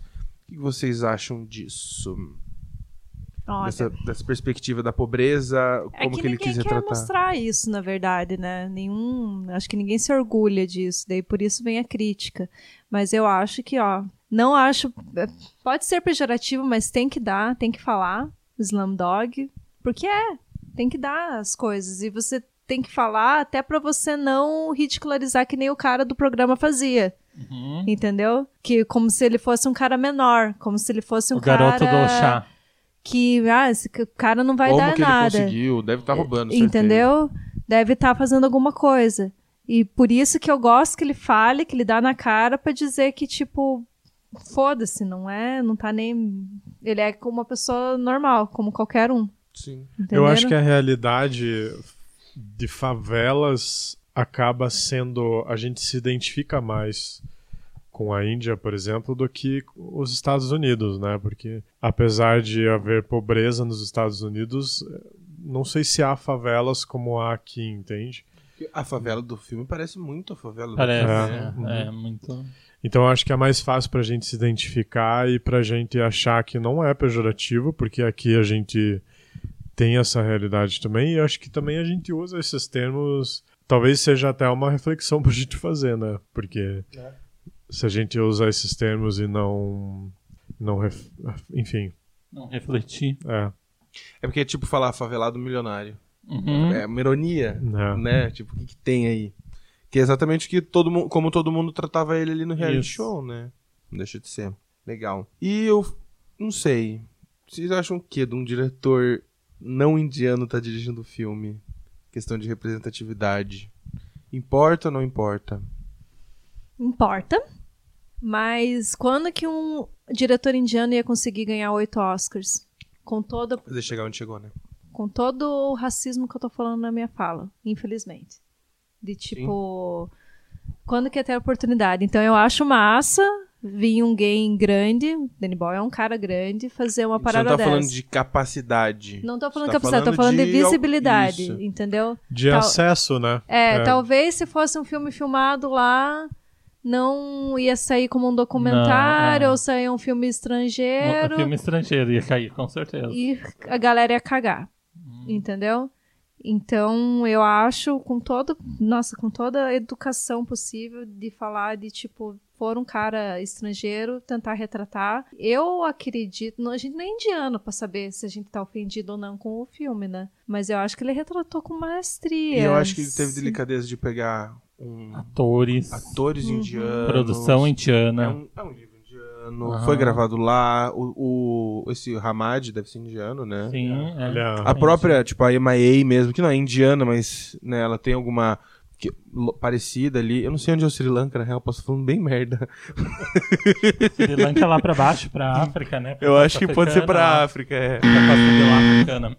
Speaker 1: O que vocês acham disso?
Speaker 4: Olha.
Speaker 1: Dessa, dessa perspectiva da pobreza,
Speaker 4: É
Speaker 1: como
Speaker 4: que,
Speaker 1: que, ele
Speaker 4: ninguém
Speaker 1: quis
Speaker 4: quer
Speaker 1: retratar.
Speaker 4: mostrar isso, na verdade, né? Nenhum. Acho que ninguém se orgulha disso, daí por isso vem a crítica. Mas eu acho que, ó, não acho. é, Pode ser pejorativo, mas tem que dar, tem que falar. Slumdog. Porque é, tem que dar as coisas. E você tem que falar até pra você não ridicularizar que nem o cara do programa fazia.
Speaker 3: Uhum.
Speaker 4: Entendeu? Que como se ele fosse um cara menor, como se ele fosse um
Speaker 3: O garoto
Speaker 4: cara
Speaker 3: do chá.
Speaker 4: que ah, esse c- cara não vai
Speaker 1: como
Speaker 4: dar
Speaker 1: que
Speaker 4: nada.
Speaker 1: ele conseguiu? Deve estar roubando, certeza.
Speaker 4: Entendeu? Deve estar fazendo alguma coisa. E por isso que eu gosto que ele fale, que ele dá na cara pra dizer que, tipo, foda-se, não é? Não tá nem. Ele é como uma pessoa normal, como qualquer um.
Speaker 1: Sim.
Speaker 4: Entenderam?
Speaker 2: Eu acho que é a realidade de favelas acaba sendo. A gente se identifica mais com a Índia, por exemplo, do que os Estados Unidos, né? Porque apesar de haver pobreza nos Estados Unidos, não sei se há favelas como há aqui, entende?
Speaker 1: A favela do filme parece muito a favela do filme. né?
Speaker 3: Parece.
Speaker 2: É.
Speaker 3: É,
Speaker 2: Uhum.
Speaker 3: é muito.
Speaker 2: Então eu acho que é mais fácil pra gente se identificar e pra gente achar que não é pejorativo, porque aqui a gente tem essa realidade também, e eu acho que também a gente usa esses termos. Talvez seja até uma reflexão pra gente fazer, né? Porque se a gente usar esses termos e não. não ref- Enfim,
Speaker 3: Não refletir.
Speaker 2: é.
Speaker 1: É porque é tipo falar favelado milionário.
Speaker 4: Hum?
Speaker 3: Uhum.
Speaker 1: É uma ironia,
Speaker 2: É.
Speaker 1: né? Tipo, o que, que tem aí? Que é exatamente o que todo mundo, como todo mundo tratava ele ali no reality
Speaker 3: Isso.
Speaker 1: show, né? Não deixa de ser. Legal. E eu não sei. Vocês acham o que de um diretor não indiano tá dirigindo o filme? Questão de representatividade. Importa ou não importa?
Speaker 4: Importa. Mas quando que um diretor indiano ia conseguir ganhar oito Oscars? Com todo,
Speaker 1: Fazer chegar onde chegou, né?
Speaker 4: com todo o racismo que eu tô falando na minha fala, infelizmente. De tipo, quando quer ter a oportunidade. Então eu acho massa vir um gay grande, o Danny Boy é um cara grande, fazer uma
Speaker 1: Você não
Speaker 4: parada
Speaker 1: tá
Speaker 4: dessa.
Speaker 1: falando de capacidade.
Speaker 4: Não tô falando
Speaker 1: tá
Speaker 4: que eu precisava, tô
Speaker 1: falando
Speaker 4: falando de,
Speaker 1: de al-
Speaker 4: visibilidade,
Speaker 1: isso.
Speaker 4: entendeu?
Speaker 2: De
Speaker 4: Tal-
Speaker 2: acesso, né?
Speaker 4: É,
Speaker 2: É.
Speaker 4: talvez se fosse um filme filmado lá, não ia sair como um documentário,
Speaker 3: Não, é.
Speaker 4: ou sair um filme estrangeiro.
Speaker 3: Um filme estrangeiro ia cair, com certeza.
Speaker 4: e a galera ia cagar. Entendeu? Então, eu acho, com todo, nossa, com toda a educação possível de falar de tipo, for um cara estrangeiro, tentar retratar. Eu acredito, não, a gente não é indiano pra saber se a gente tá ofendido ou não com o filme, né? Mas eu acho que ele retratou com
Speaker 1: E
Speaker 4: maestria.
Speaker 1: eu acho que ele teve delicadeza de pegar um
Speaker 3: Atores,
Speaker 1: atores
Speaker 4: Uhum.
Speaker 1: indianos.
Speaker 3: produção
Speaker 1: É
Speaker 3: indiana.
Speaker 1: um, é um livro indiano.
Speaker 3: Aham.
Speaker 1: Foi gravado lá. O, o- esse Hamad deve ser indiano, né?
Speaker 3: Sim, é.
Speaker 2: Olha,
Speaker 1: A própria, tipo, a MIA mesmo, que não é indiana, mas né, ela tem alguma que- lo- parecida ali. Eu não sei onde é o Sri Lanka, na real, posso estar falando bem merda.
Speaker 3: Sri Lanka lá pra baixo, pra África, né? Pra
Speaker 1: Eu acho que pode ser pra
Speaker 3: africana,
Speaker 1: África, é.
Speaker 3: pra costa pela africana.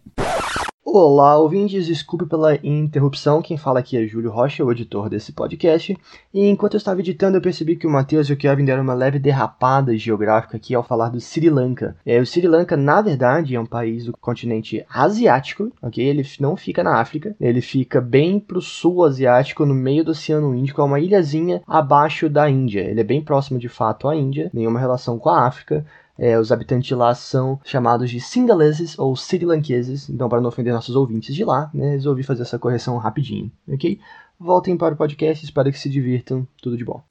Speaker 5: Olá, ouvintes, desculpe pela interrupção. Quem fala aqui é Júlio Rocha, o editor desse podcast. E enquanto eu estava editando, eu percebi que o Matheus e o Kevin deram uma leve derrapada geográfica aqui ao falar do Sri Lanka. É, o Sri Lanka, na verdade, é um país do continente asiático, ok? Ele f- não fica na África, ele fica bem pro sul asiático, no meio do Oceano Índico, é uma ilhazinha abaixo da Índia. Ele é bem próximo de fato à Índia, nenhuma relação com a África. É, os habitantes de lá são chamados de singaleses ou sri-lankeses, então para não ofender nossos ouvintes de lá, né, resolvi fazer essa correção rapidinho, ok? Voltem para o podcast, espero que se divirtam, tudo de bom.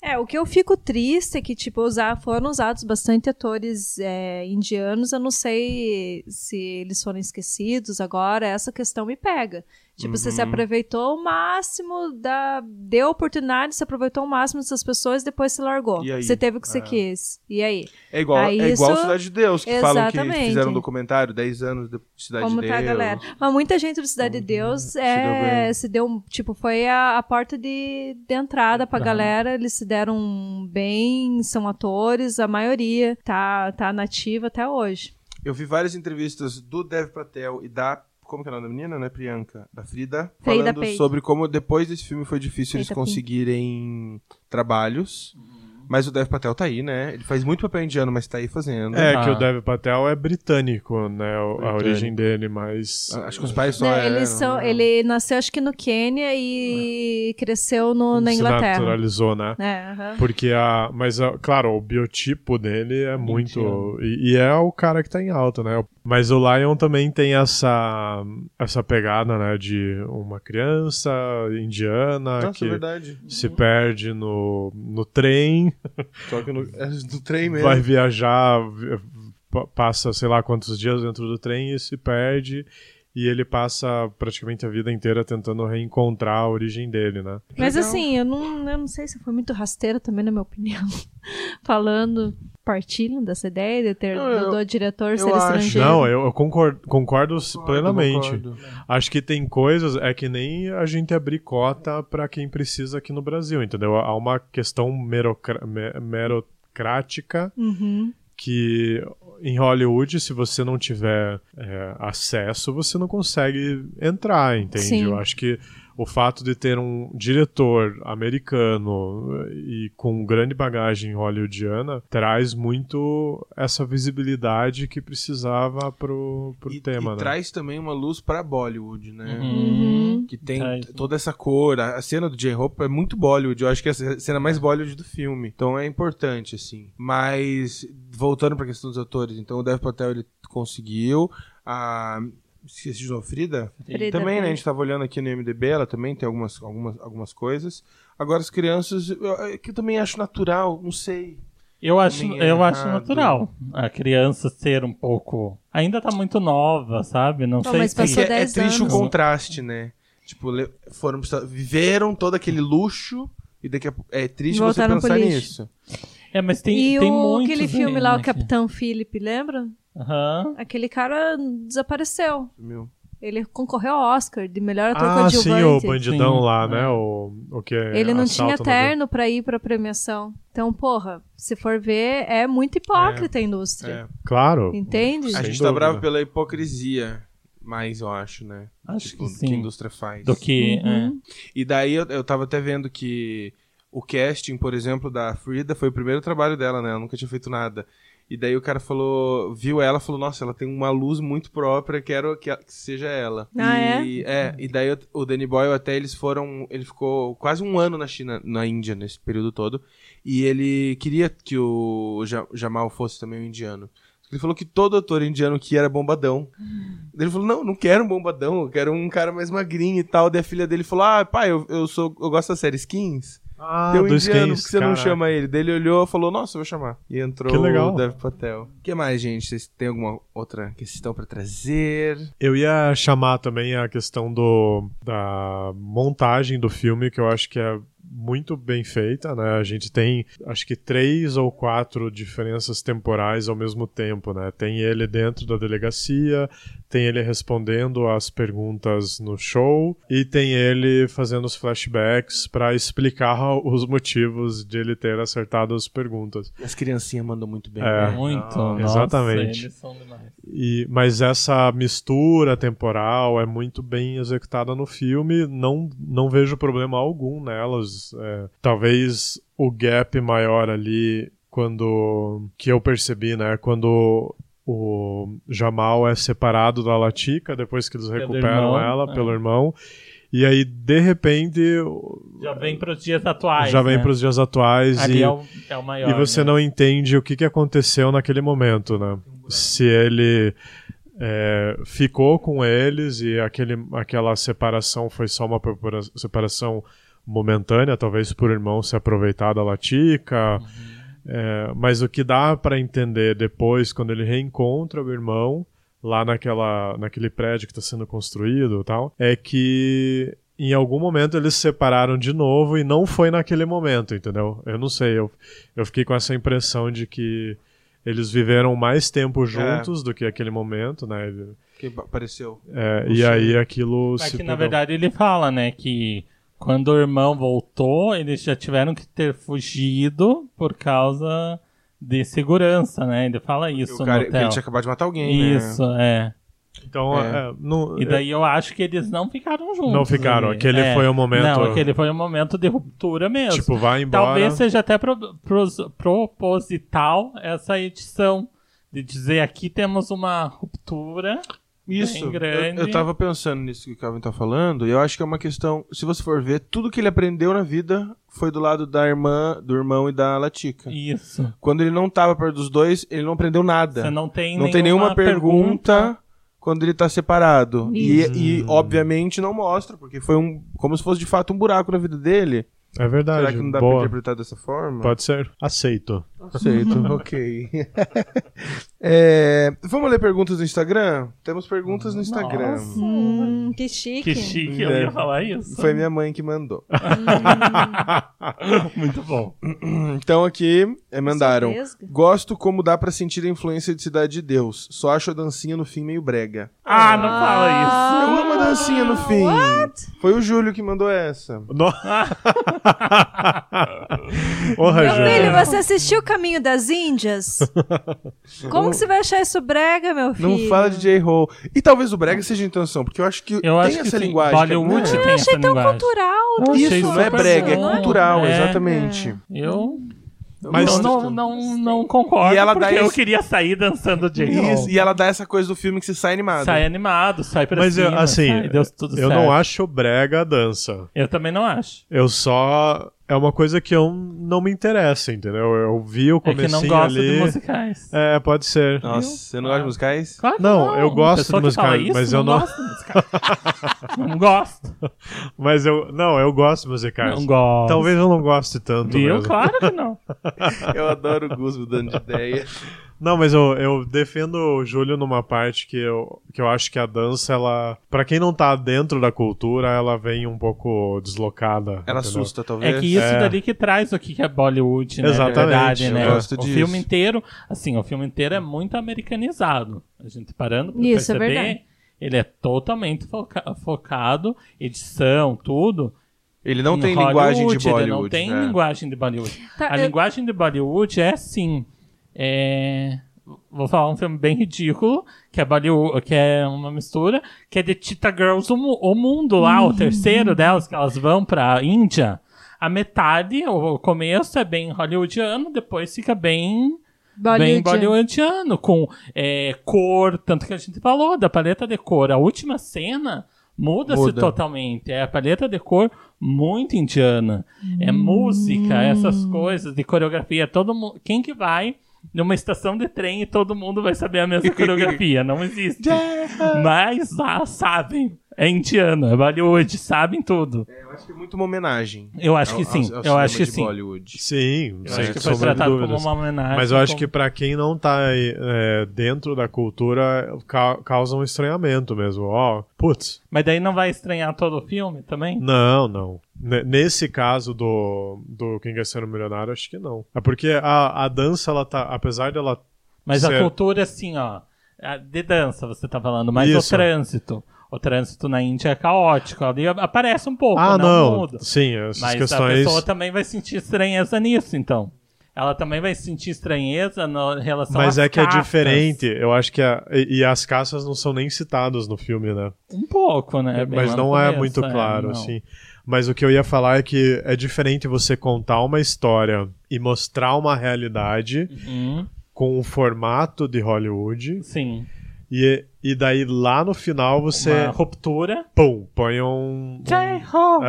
Speaker 4: É, o que eu fico triste é que, tipo, usar, foram usados bastante atores é, indianos. Eu não sei se eles foram esquecidos agora. Essa questão me pega. Tipo, você
Speaker 1: Uhum.
Speaker 4: se aproveitou o máximo da. Deu oportunidade, se aproveitou o máximo dessas pessoas depois se largou.
Speaker 1: E aí?
Speaker 4: Você teve o que você
Speaker 1: É.
Speaker 4: quis. E aí?
Speaker 1: É igual,
Speaker 4: Aí
Speaker 1: é igual
Speaker 4: Ah, isso-
Speaker 1: Cidade de Deus, que falam que
Speaker 4: Exatamente.
Speaker 1: fizeram um documentário 10 anos de Cidade
Speaker 4: Como
Speaker 1: de Deus.
Speaker 4: tá a galera? Mas muita gente do Cidade de Deus
Speaker 1: Uhum. deu
Speaker 4: é,
Speaker 1: bem.
Speaker 4: se deu, tipo, foi a, a porta de, de entrada
Speaker 1: Uhum.
Speaker 4: pra galera. Eles se deram bem, são atores, a maioria tá, tá nativa até hoje.
Speaker 1: Eu vi várias entrevistas do Dev Patel e da. Como que é o nome da menina, né? Priyanka. Da Frida.
Speaker 4: Frida
Speaker 1: falando
Speaker 4: Pei.
Speaker 1: sobre como depois desse filme foi difícil eles
Speaker 4: Frida Pei.
Speaker 1: conseguirem trabalhos. Mas o Dev Patel tá aí, né? Ele faz muito papel indiano, mas tá aí fazendo.
Speaker 2: É que
Speaker 3: Ah.
Speaker 2: o Dev Patel é britânico, né? o- A
Speaker 1: Britânico.
Speaker 2: origem dele, mas.
Speaker 1: A- Acho que os pais só.
Speaker 4: Não,
Speaker 1: eram,
Speaker 4: eles são,
Speaker 1: né?
Speaker 4: Ele nasceu, acho que no Quênia e cresceu no, na
Speaker 2: se
Speaker 4: Inglaterra.
Speaker 2: naturalizou, né?
Speaker 4: É, aham.
Speaker 2: Porque a. Mas, a- claro, o biotipo dele é muito. E, e é o cara que tá em alta, né? Mas o Lion também tem essa. Essa pegada, né? De uma criança indiana
Speaker 1: Nossa, é
Speaker 2: que
Speaker 1: verdade.
Speaker 2: se perde no, no trem,
Speaker 1: Só que no, é do trem mesmo.
Speaker 2: vai viajar, vi- pa- passa sei lá quantos dias dentro do trem e se perde. E ele passa praticamente a vida inteira tentando reencontrar a origem dele, né?
Speaker 4: Mas
Speaker 1: Legal.
Speaker 4: assim, eu não, eu não sei se foi muito rasteiro também, na minha opinião. Falando, partilham dessa ideia de ter
Speaker 1: Não, eu-
Speaker 4: do, do diretor
Speaker 1: eu
Speaker 4: ser
Speaker 1: acho-
Speaker 4: estrangeiro.
Speaker 2: Não, é- eu, eu concordo, concordo
Speaker 1: Concordo,
Speaker 2: plenamente.
Speaker 1: concordo.
Speaker 2: Acho que tem coisas, é que nem a gente abrir cota pra quem precisa aqui no Brasil, entendeu? Há uma questão merocra- me- merocrática
Speaker 4: Uhum.
Speaker 2: que em Hollywood, se você não tiver é, acesso, você não consegue entrar, entende?
Speaker 4: Sim.
Speaker 2: Eu acho que o fato de ter um diretor americano eh, e com grande bagagem hollywoodiana traz muito essa visibilidade que precisava pro, pro
Speaker 1: E,
Speaker 2: tema,
Speaker 1: e
Speaker 2: né?
Speaker 1: traz também uma luz pra Bollywood, né?
Speaker 3: Hum.
Speaker 4: Uhum.
Speaker 1: Que tem
Speaker 3: Traz.
Speaker 1: t- toda essa cor. A a cena do J-Hope é muito Bollywood. Eu acho que é a cena mais Bollywood do filme. Então é importante, assim. Mas, voltando pra questão dos atores. Então o Dev Patel, ele conseguiu. A... Esqueci de novo, Frida?
Speaker 4: Frida
Speaker 1: também, né? A
Speaker 4: Pay.
Speaker 1: gente tava olhando aqui no IMDB, ela também tem algumas, algumas, algumas coisas. Agora, as crianças, eu- eu- que eu também acho natural, não sei.
Speaker 3: Eu acho,
Speaker 1: Também é
Speaker 3: eu acho
Speaker 1: errado.
Speaker 3: natural a criança ser um pouco. Ainda tá muito nova, sabe? Não
Speaker 4: Pô,
Speaker 3: sei
Speaker 4: mas
Speaker 3: se.
Speaker 1: É, que
Speaker 4: Passou
Speaker 1: é- é
Speaker 4: 10
Speaker 1: triste
Speaker 4: anos.
Speaker 1: o contraste, né? Tipo, le- foram, pra- viveram todo aquele luxo e daqui a, pou- é triste
Speaker 4: Voltaram
Speaker 1: você
Speaker 4: pro
Speaker 1: pensar
Speaker 4: lixo.
Speaker 1: nisso.
Speaker 3: É, mas tem,
Speaker 4: e
Speaker 3: tem
Speaker 4: o-
Speaker 3: muitos
Speaker 4: aquele
Speaker 3: aí,
Speaker 4: filme lá,
Speaker 3: né,
Speaker 4: o
Speaker 3: que-
Speaker 4: Capitão Philip, lembra?
Speaker 3: Aham.
Speaker 4: Aquele cara desapareceu.
Speaker 1: Meu.
Speaker 4: Ele concorreu ao Oscar de melhor ator
Speaker 2: Ah,
Speaker 4: coadjuvante.
Speaker 2: sim, o bandidão
Speaker 3: Sim.
Speaker 2: lá, né? O, o que é
Speaker 4: É. Ele não tinha
Speaker 2: assalto no-
Speaker 4: terno pra ir pra premiação. Então, porra, se for ver, é muito hipócrita a indústria.
Speaker 1: É.
Speaker 2: Claro.
Speaker 4: Entende?
Speaker 1: A
Speaker 2: Sem
Speaker 1: gente tá
Speaker 2: dúvida.
Speaker 1: bravo pela hipocrisia, mas eu acho, né?
Speaker 3: Acho
Speaker 1: Tipo,
Speaker 3: que
Speaker 1: a
Speaker 3: sim.
Speaker 1: indústria faz.
Speaker 3: Do que.
Speaker 4: Uhum.
Speaker 1: E daí eu, eu tava até vendo que o casting, por exemplo, da Frida foi o primeiro trabalho dela, né? Ela nunca tinha feito nada. E daí o cara falou, viu ela, falou, nossa, ela tem uma luz muito própria, quero que, ela- que seja ela.
Speaker 4: Ah,
Speaker 1: e, é? e daí o- o Danny Boyle até eles foram, ele ficou quase um ano na China, na Índia, nesse período todo. E ele queria que o Ja- Jamal fosse também um indiano. Ele falou que todo ator indiano que era bombadão. Daí Ele falou, não, não quero um bombadão, eu quero um cara mais magrinho e tal. Daí a filha dele falou, ah, pai, eu, eu, sou, eu gosto da série Skins.
Speaker 2: Ah,
Speaker 1: Deu um
Speaker 2: dois
Speaker 1: indiano,
Speaker 2: cães,
Speaker 1: por que você não
Speaker 2: caraca.
Speaker 1: chama ele? Daí ele olhou e falou, nossa, eu vou chamar. E entrou
Speaker 2: Que legal.
Speaker 1: o Dev Patel. O que mais, gente? Vocês têm alguma outra questão pra trazer?
Speaker 2: Eu ia chamar também a questão do, da montagem do filme, que eu acho que é muito bem feita, né? A gente tem, acho que três ou quatro diferenças temporais ao mesmo tempo, né? Tem ele dentro da delegacia, tem ele respondendo às perguntas no show e tem ele fazendo os flashbacks para explicar os motivos de ele ter acertado as perguntas.
Speaker 1: As criancinhas mandam muito bem.
Speaker 2: É.
Speaker 1: né?
Speaker 3: Muito.
Speaker 1: Ah,
Speaker 3: nossa,
Speaker 2: exatamente.
Speaker 3: eles são demais.
Speaker 2: E- mas essa mistura temporal é muito bem executada no filme, não, não vejo problema algum nelas. É, talvez o gap maior ali, quando que eu percebi, né? Quando o Jamal é separado da Latica, depois que eles recuperam
Speaker 3: irmão,
Speaker 2: ela
Speaker 3: é.
Speaker 2: pelo irmão. E aí, de repente, o-
Speaker 3: Já vem pros dias atuais.
Speaker 2: já vem
Speaker 3: né?
Speaker 2: para os dias atuais
Speaker 3: Ali
Speaker 2: e,
Speaker 3: é o, é o maior.
Speaker 2: e você
Speaker 3: né?
Speaker 2: não entende o que, que aconteceu naquele momento, né? Se ele é, ficou com eles e aquele, aquela separação foi só uma prepara- separação momentânea, talvez por o irmão se aproveitar da Latica.
Speaker 3: Uhum.
Speaker 2: É, mas o que dá para entender depois, quando ele reencontra o irmão lá naquela, naquele prédio que está sendo construído e tal, é que em algum momento eles se separaram de novo e não foi naquele momento, entendeu? Eu não sei, eu, eu fiquei com essa impressão de que eles viveram mais
Speaker 1: É.
Speaker 2: tempo juntos do que aquele momento, né? Ele-
Speaker 1: Que pa- apareceu.
Speaker 2: é, e aí aquilo
Speaker 3: Mas
Speaker 2: se
Speaker 3: É que na
Speaker 2: pegou.
Speaker 3: verdade ele fala, né, que quando o irmão voltou, eles já tiveram que ter fugido por causa de segurança, né? Ele fala
Speaker 1: E
Speaker 3: isso
Speaker 1: o cara,
Speaker 3: no
Speaker 1: porque
Speaker 3: hotel.
Speaker 1: ele tinha acabado de matar alguém,
Speaker 3: Isso, é.
Speaker 2: Então,
Speaker 1: né? É.
Speaker 2: é, não,
Speaker 3: E daí eu acho que eles não ficaram juntos.
Speaker 2: Não ficaram,
Speaker 3: ali.
Speaker 2: aquele
Speaker 3: É.
Speaker 2: foi o
Speaker 1: um
Speaker 2: momento-
Speaker 3: Não, aquele foi o momento de ruptura
Speaker 2: é,
Speaker 3: mesmo.
Speaker 2: tipo, vai embora.
Speaker 3: Talvez seja até pro- pros- proposital essa edição de dizer aqui temos uma ruptura.
Speaker 1: né? Isso.
Speaker 3: Bem
Speaker 1: Eu-
Speaker 3: grande.
Speaker 1: Eu, tava pensando nisso que o Calvin tá falando, e eu acho que é uma questão. Se você for ver, tudo que ele aprendeu na vida foi do lado da irmã, do irmão e da Latica.
Speaker 3: Isso.
Speaker 1: Quando ele não tava perto dos dois, ele não aprendeu nada.
Speaker 3: Você não tem
Speaker 1: Não tem nenhuma pergunta, quando ele tá separado. E,
Speaker 4: Isso.
Speaker 1: e, obviamente, não mostra, porque foi um. Como se fosse de fato um buraco na vida dele.
Speaker 2: É verdade.
Speaker 1: Será que não dá pra
Speaker 2: boa.
Speaker 1: interpretar dessa forma?
Speaker 2: Pode ser. Aceito.
Speaker 1: Aceito, ok. É, vamos ler perguntas no Instagram? Temos perguntas no Instagram.
Speaker 3: Nossa.
Speaker 4: Hum, que chique.
Speaker 3: Que chique, eu
Speaker 1: É.
Speaker 3: ia falar isso.
Speaker 1: Foi minha mãe que mandou.
Speaker 3: Muito bom.
Speaker 1: Então aqui é, mandaram.
Speaker 4: Sou vesga.
Speaker 1: Gosto como dá pra sentir a influência de Cidade de Deus. Só acho a dancinha no fim meio brega.
Speaker 3: Ah, não fala isso.
Speaker 1: Eu amo a dancinha no fim.
Speaker 4: What?
Speaker 1: Foi o Júlio que mandou essa.
Speaker 2: No... Porra,
Speaker 4: Meu filho,
Speaker 2: Júlio.
Speaker 4: você assistiu o Caminho das Índias? Como que você vai achar isso brega, meu filho?
Speaker 1: Não fala de J-Hole. E talvez o brega seja a intenção, porque eu acho que
Speaker 3: Eu
Speaker 1: tem
Speaker 3: acho que
Speaker 1: essa
Speaker 3: sim.
Speaker 1: linguagem.
Speaker 3: Bollywood
Speaker 1: né?
Speaker 3: tem
Speaker 4: Eu
Speaker 3: essa
Speaker 4: achei tão
Speaker 3: linguagem.
Speaker 4: cultural.
Speaker 3: Eu
Speaker 4: tão
Speaker 3: achei
Speaker 1: Isso, não é
Speaker 3: super
Speaker 1: brega, é
Speaker 3: bom.
Speaker 1: cultural,
Speaker 3: É.
Speaker 1: exatamente.
Speaker 3: Eu
Speaker 2: Mas-
Speaker 3: não, não, não, não concordo,
Speaker 1: E ela dá
Speaker 3: porque eu
Speaker 1: esse-
Speaker 3: queria sair dançando de
Speaker 1: Isso, e ela dá essa coisa do filme que você sai animado.
Speaker 3: É. Sai animado, sai pra
Speaker 2: Mas eu,
Speaker 3: cima,
Speaker 2: assim,
Speaker 3: sai, deu tudo
Speaker 2: eu
Speaker 3: certo.
Speaker 2: não acho brega a dança.
Speaker 3: Eu também não acho.
Speaker 2: Eu só. É uma coisa que eu não me interessa, entendeu? Eu vi o
Speaker 3: É que
Speaker 2: comecinho
Speaker 3: não gosta
Speaker 2: ali.
Speaker 3: de musicais.
Speaker 2: É, pode ser.
Speaker 1: Nossa, você não gosta de musicais?
Speaker 3: Claro que
Speaker 2: Não, eu gosto
Speaker 3: Pessoa
Speaker 2: de
Speaker 3: que fala
Speaker 2: musicais,
Speaker 3: isso,
Speaker 2: mas eu não-
Speaker 3: gosto de musicais. não gosto.
Speaker 2: Mas eu. Não, eu gosto de musicais.
Speaker 3: Não gosto.
Speaker 2: Talvez eu não goste tanto.
Speaker 3: Viu?
Speaker 2: mesmo.
Speaker 3: Claro que não.
Speaker 1: Eu adoro o Gus mudando de ideia.
Speaker 2: Não, mas eu, eu defendo o Júlio numa parte que eu, que eu acho que a dança, ela. Pra quem não tá dentro da cultura, ela vem um pouco deslocada.
Speaker 1: Ela
Speaker 2: entendeu?
Speaker 1: assusta, talvez.
Speaker 3: É que isso
Speaker 2: É.
Speaker 3: dali que traz o que que é Bollywood, né?
Speaker 2: Exatamente,
Speaker 3: na verdade,
Speaker 2: eu
Speaker 3: né?
Speaker 1: gosto
Speaker 3: o
Speaker 1: disso.
Speaker 3: filme inteiro, assim, o filme inteiro é muito americanizado. A gente parando pra
Speaker 4: Isso, é
Speaker 3: perceber,
Speaker 4: verdade.
Speaker 3: ele é totalmente foca- focado, edição, tudo.
Speaker 1: Ele não
Speaker 3: em
Speaker 1: tem linguagem de
Speaker 3: Hollywood,
Speaker 1: Bollywood.
Speaker 3: Ele não tem
Speaker 1: né?
Speaker 3: linguagem de Bollywood.
Speaker 4: Tá,
Speaker 3: a
Speaker 4: eu-
Speaker 3: linguagem de Bollywood é assim. é, Vou falar um filme bem ridículo, que é, Bollywood, que é uma mistura, que é de Cheetah Girls, o, mu- o mundo lá,
Speaker 4: Uhum.
Speaker 3: o terceiro delas, que elas vão pra Índia. A metade, o o começo é bem hollywoodiano, depois fica bem bem bollywoodiano, com é, cor, tanto que a gente falou da paleta de cor. A última cena muda-se
Speaker 1: Muda.
Speaker 3: totalmente. É a paleta de cor muito indiana. É
Speaker 2: Hum.
Speaker 3: música, essas coisas de coreografia. Todo mundo, quem que vai numa estação de trem e todo mundo vai saber a mesma coreografia? Não existe. Mas lá sabem. É indiano, é Bollywood, sabem tudo.
Speaker 1: Eu acho que é muito uma homenagem.
Speaker 3: Eu acho
Speaker 1: ao-
Speaker 3: que sim,
Speaker 1: ao- ao
Speaker 3: eu acho
Speaker 1: é cinema
Speaker 3: que
Speaker 1: de
Speaker 3: sim.
Speaker 1: Bollywood.
Speaker 2: Sim,
Speaker 3: Eu
Speaker 2: sem
Speaker 3: acho que foi
Speaker 2: sombra de
Speaker 3: tratado como
Speaker 2: É, dúvidas.
Speaker 3: uma homenagem.
Speaker 2: Mas eu acho
Speaker 3: como-
Speaker 2: que pra quem não tá é, dentro da cultura, ca- causa um estranhamento mesmo. Ó, putz,
Speaker 3: Mas daí não vai estranhar todo o filme também?
Speaker 2: não, não. Ne- nesse caso do, do Quem Quer Ser um Milionário, acho que não. É porque a, a dança, ela tá. Apesar dela.
Speaker 3: Mas a
Speaker 2: Certo.
Speaker 3: cultura, assim, ó. a- De dança, você tá falando, mas
Speaker 2: Isso.
Speaker 3: o trânsito. O trânsito na Índia é caótico. Ali aparece um pouco,
Speaker 2: Ah,
Speaker 3: não,
Speaker 2: não.
Speaker 3: muda.
Speaker 2: Sim, essas
Speaker 3: Mas a
Speaker 2: questões.
Speaker 3: pessoa também vai sentir estranheza nisso, então. Ela também vai sentir estranheza no, em relação
Speaker 2: Mas
Speaker 3: às
Speaker 2: é que é
Speaker 3: cartas.
Speaker 2: diferente. Eu acho que a, e, e as caças não são nem citadas no filme, né?
Speaker 3: Um pouco, né? Bem
Speaker 2: Mas
Speaker 3: lá no
Speaker 2: não é
Speaker 3: começo,
Speaker 2: muito
Speaker 3: é,
Speaker 2: claro,
Speaker 3: não.
Speaker 2: assim. Mas o que eu ia falar é que é diferente você contar uma história e mostrar uma realidade
Speaker 3: Hum,
Speaker 2: com o formato de Hollywood
Speaker 3: sim.
Speaker 2: e, e daí lá no final você Hum.
Speaker 3: Uma ruptura.
Speaker 2: pum, põe um,
Speaker 3: J-Ho!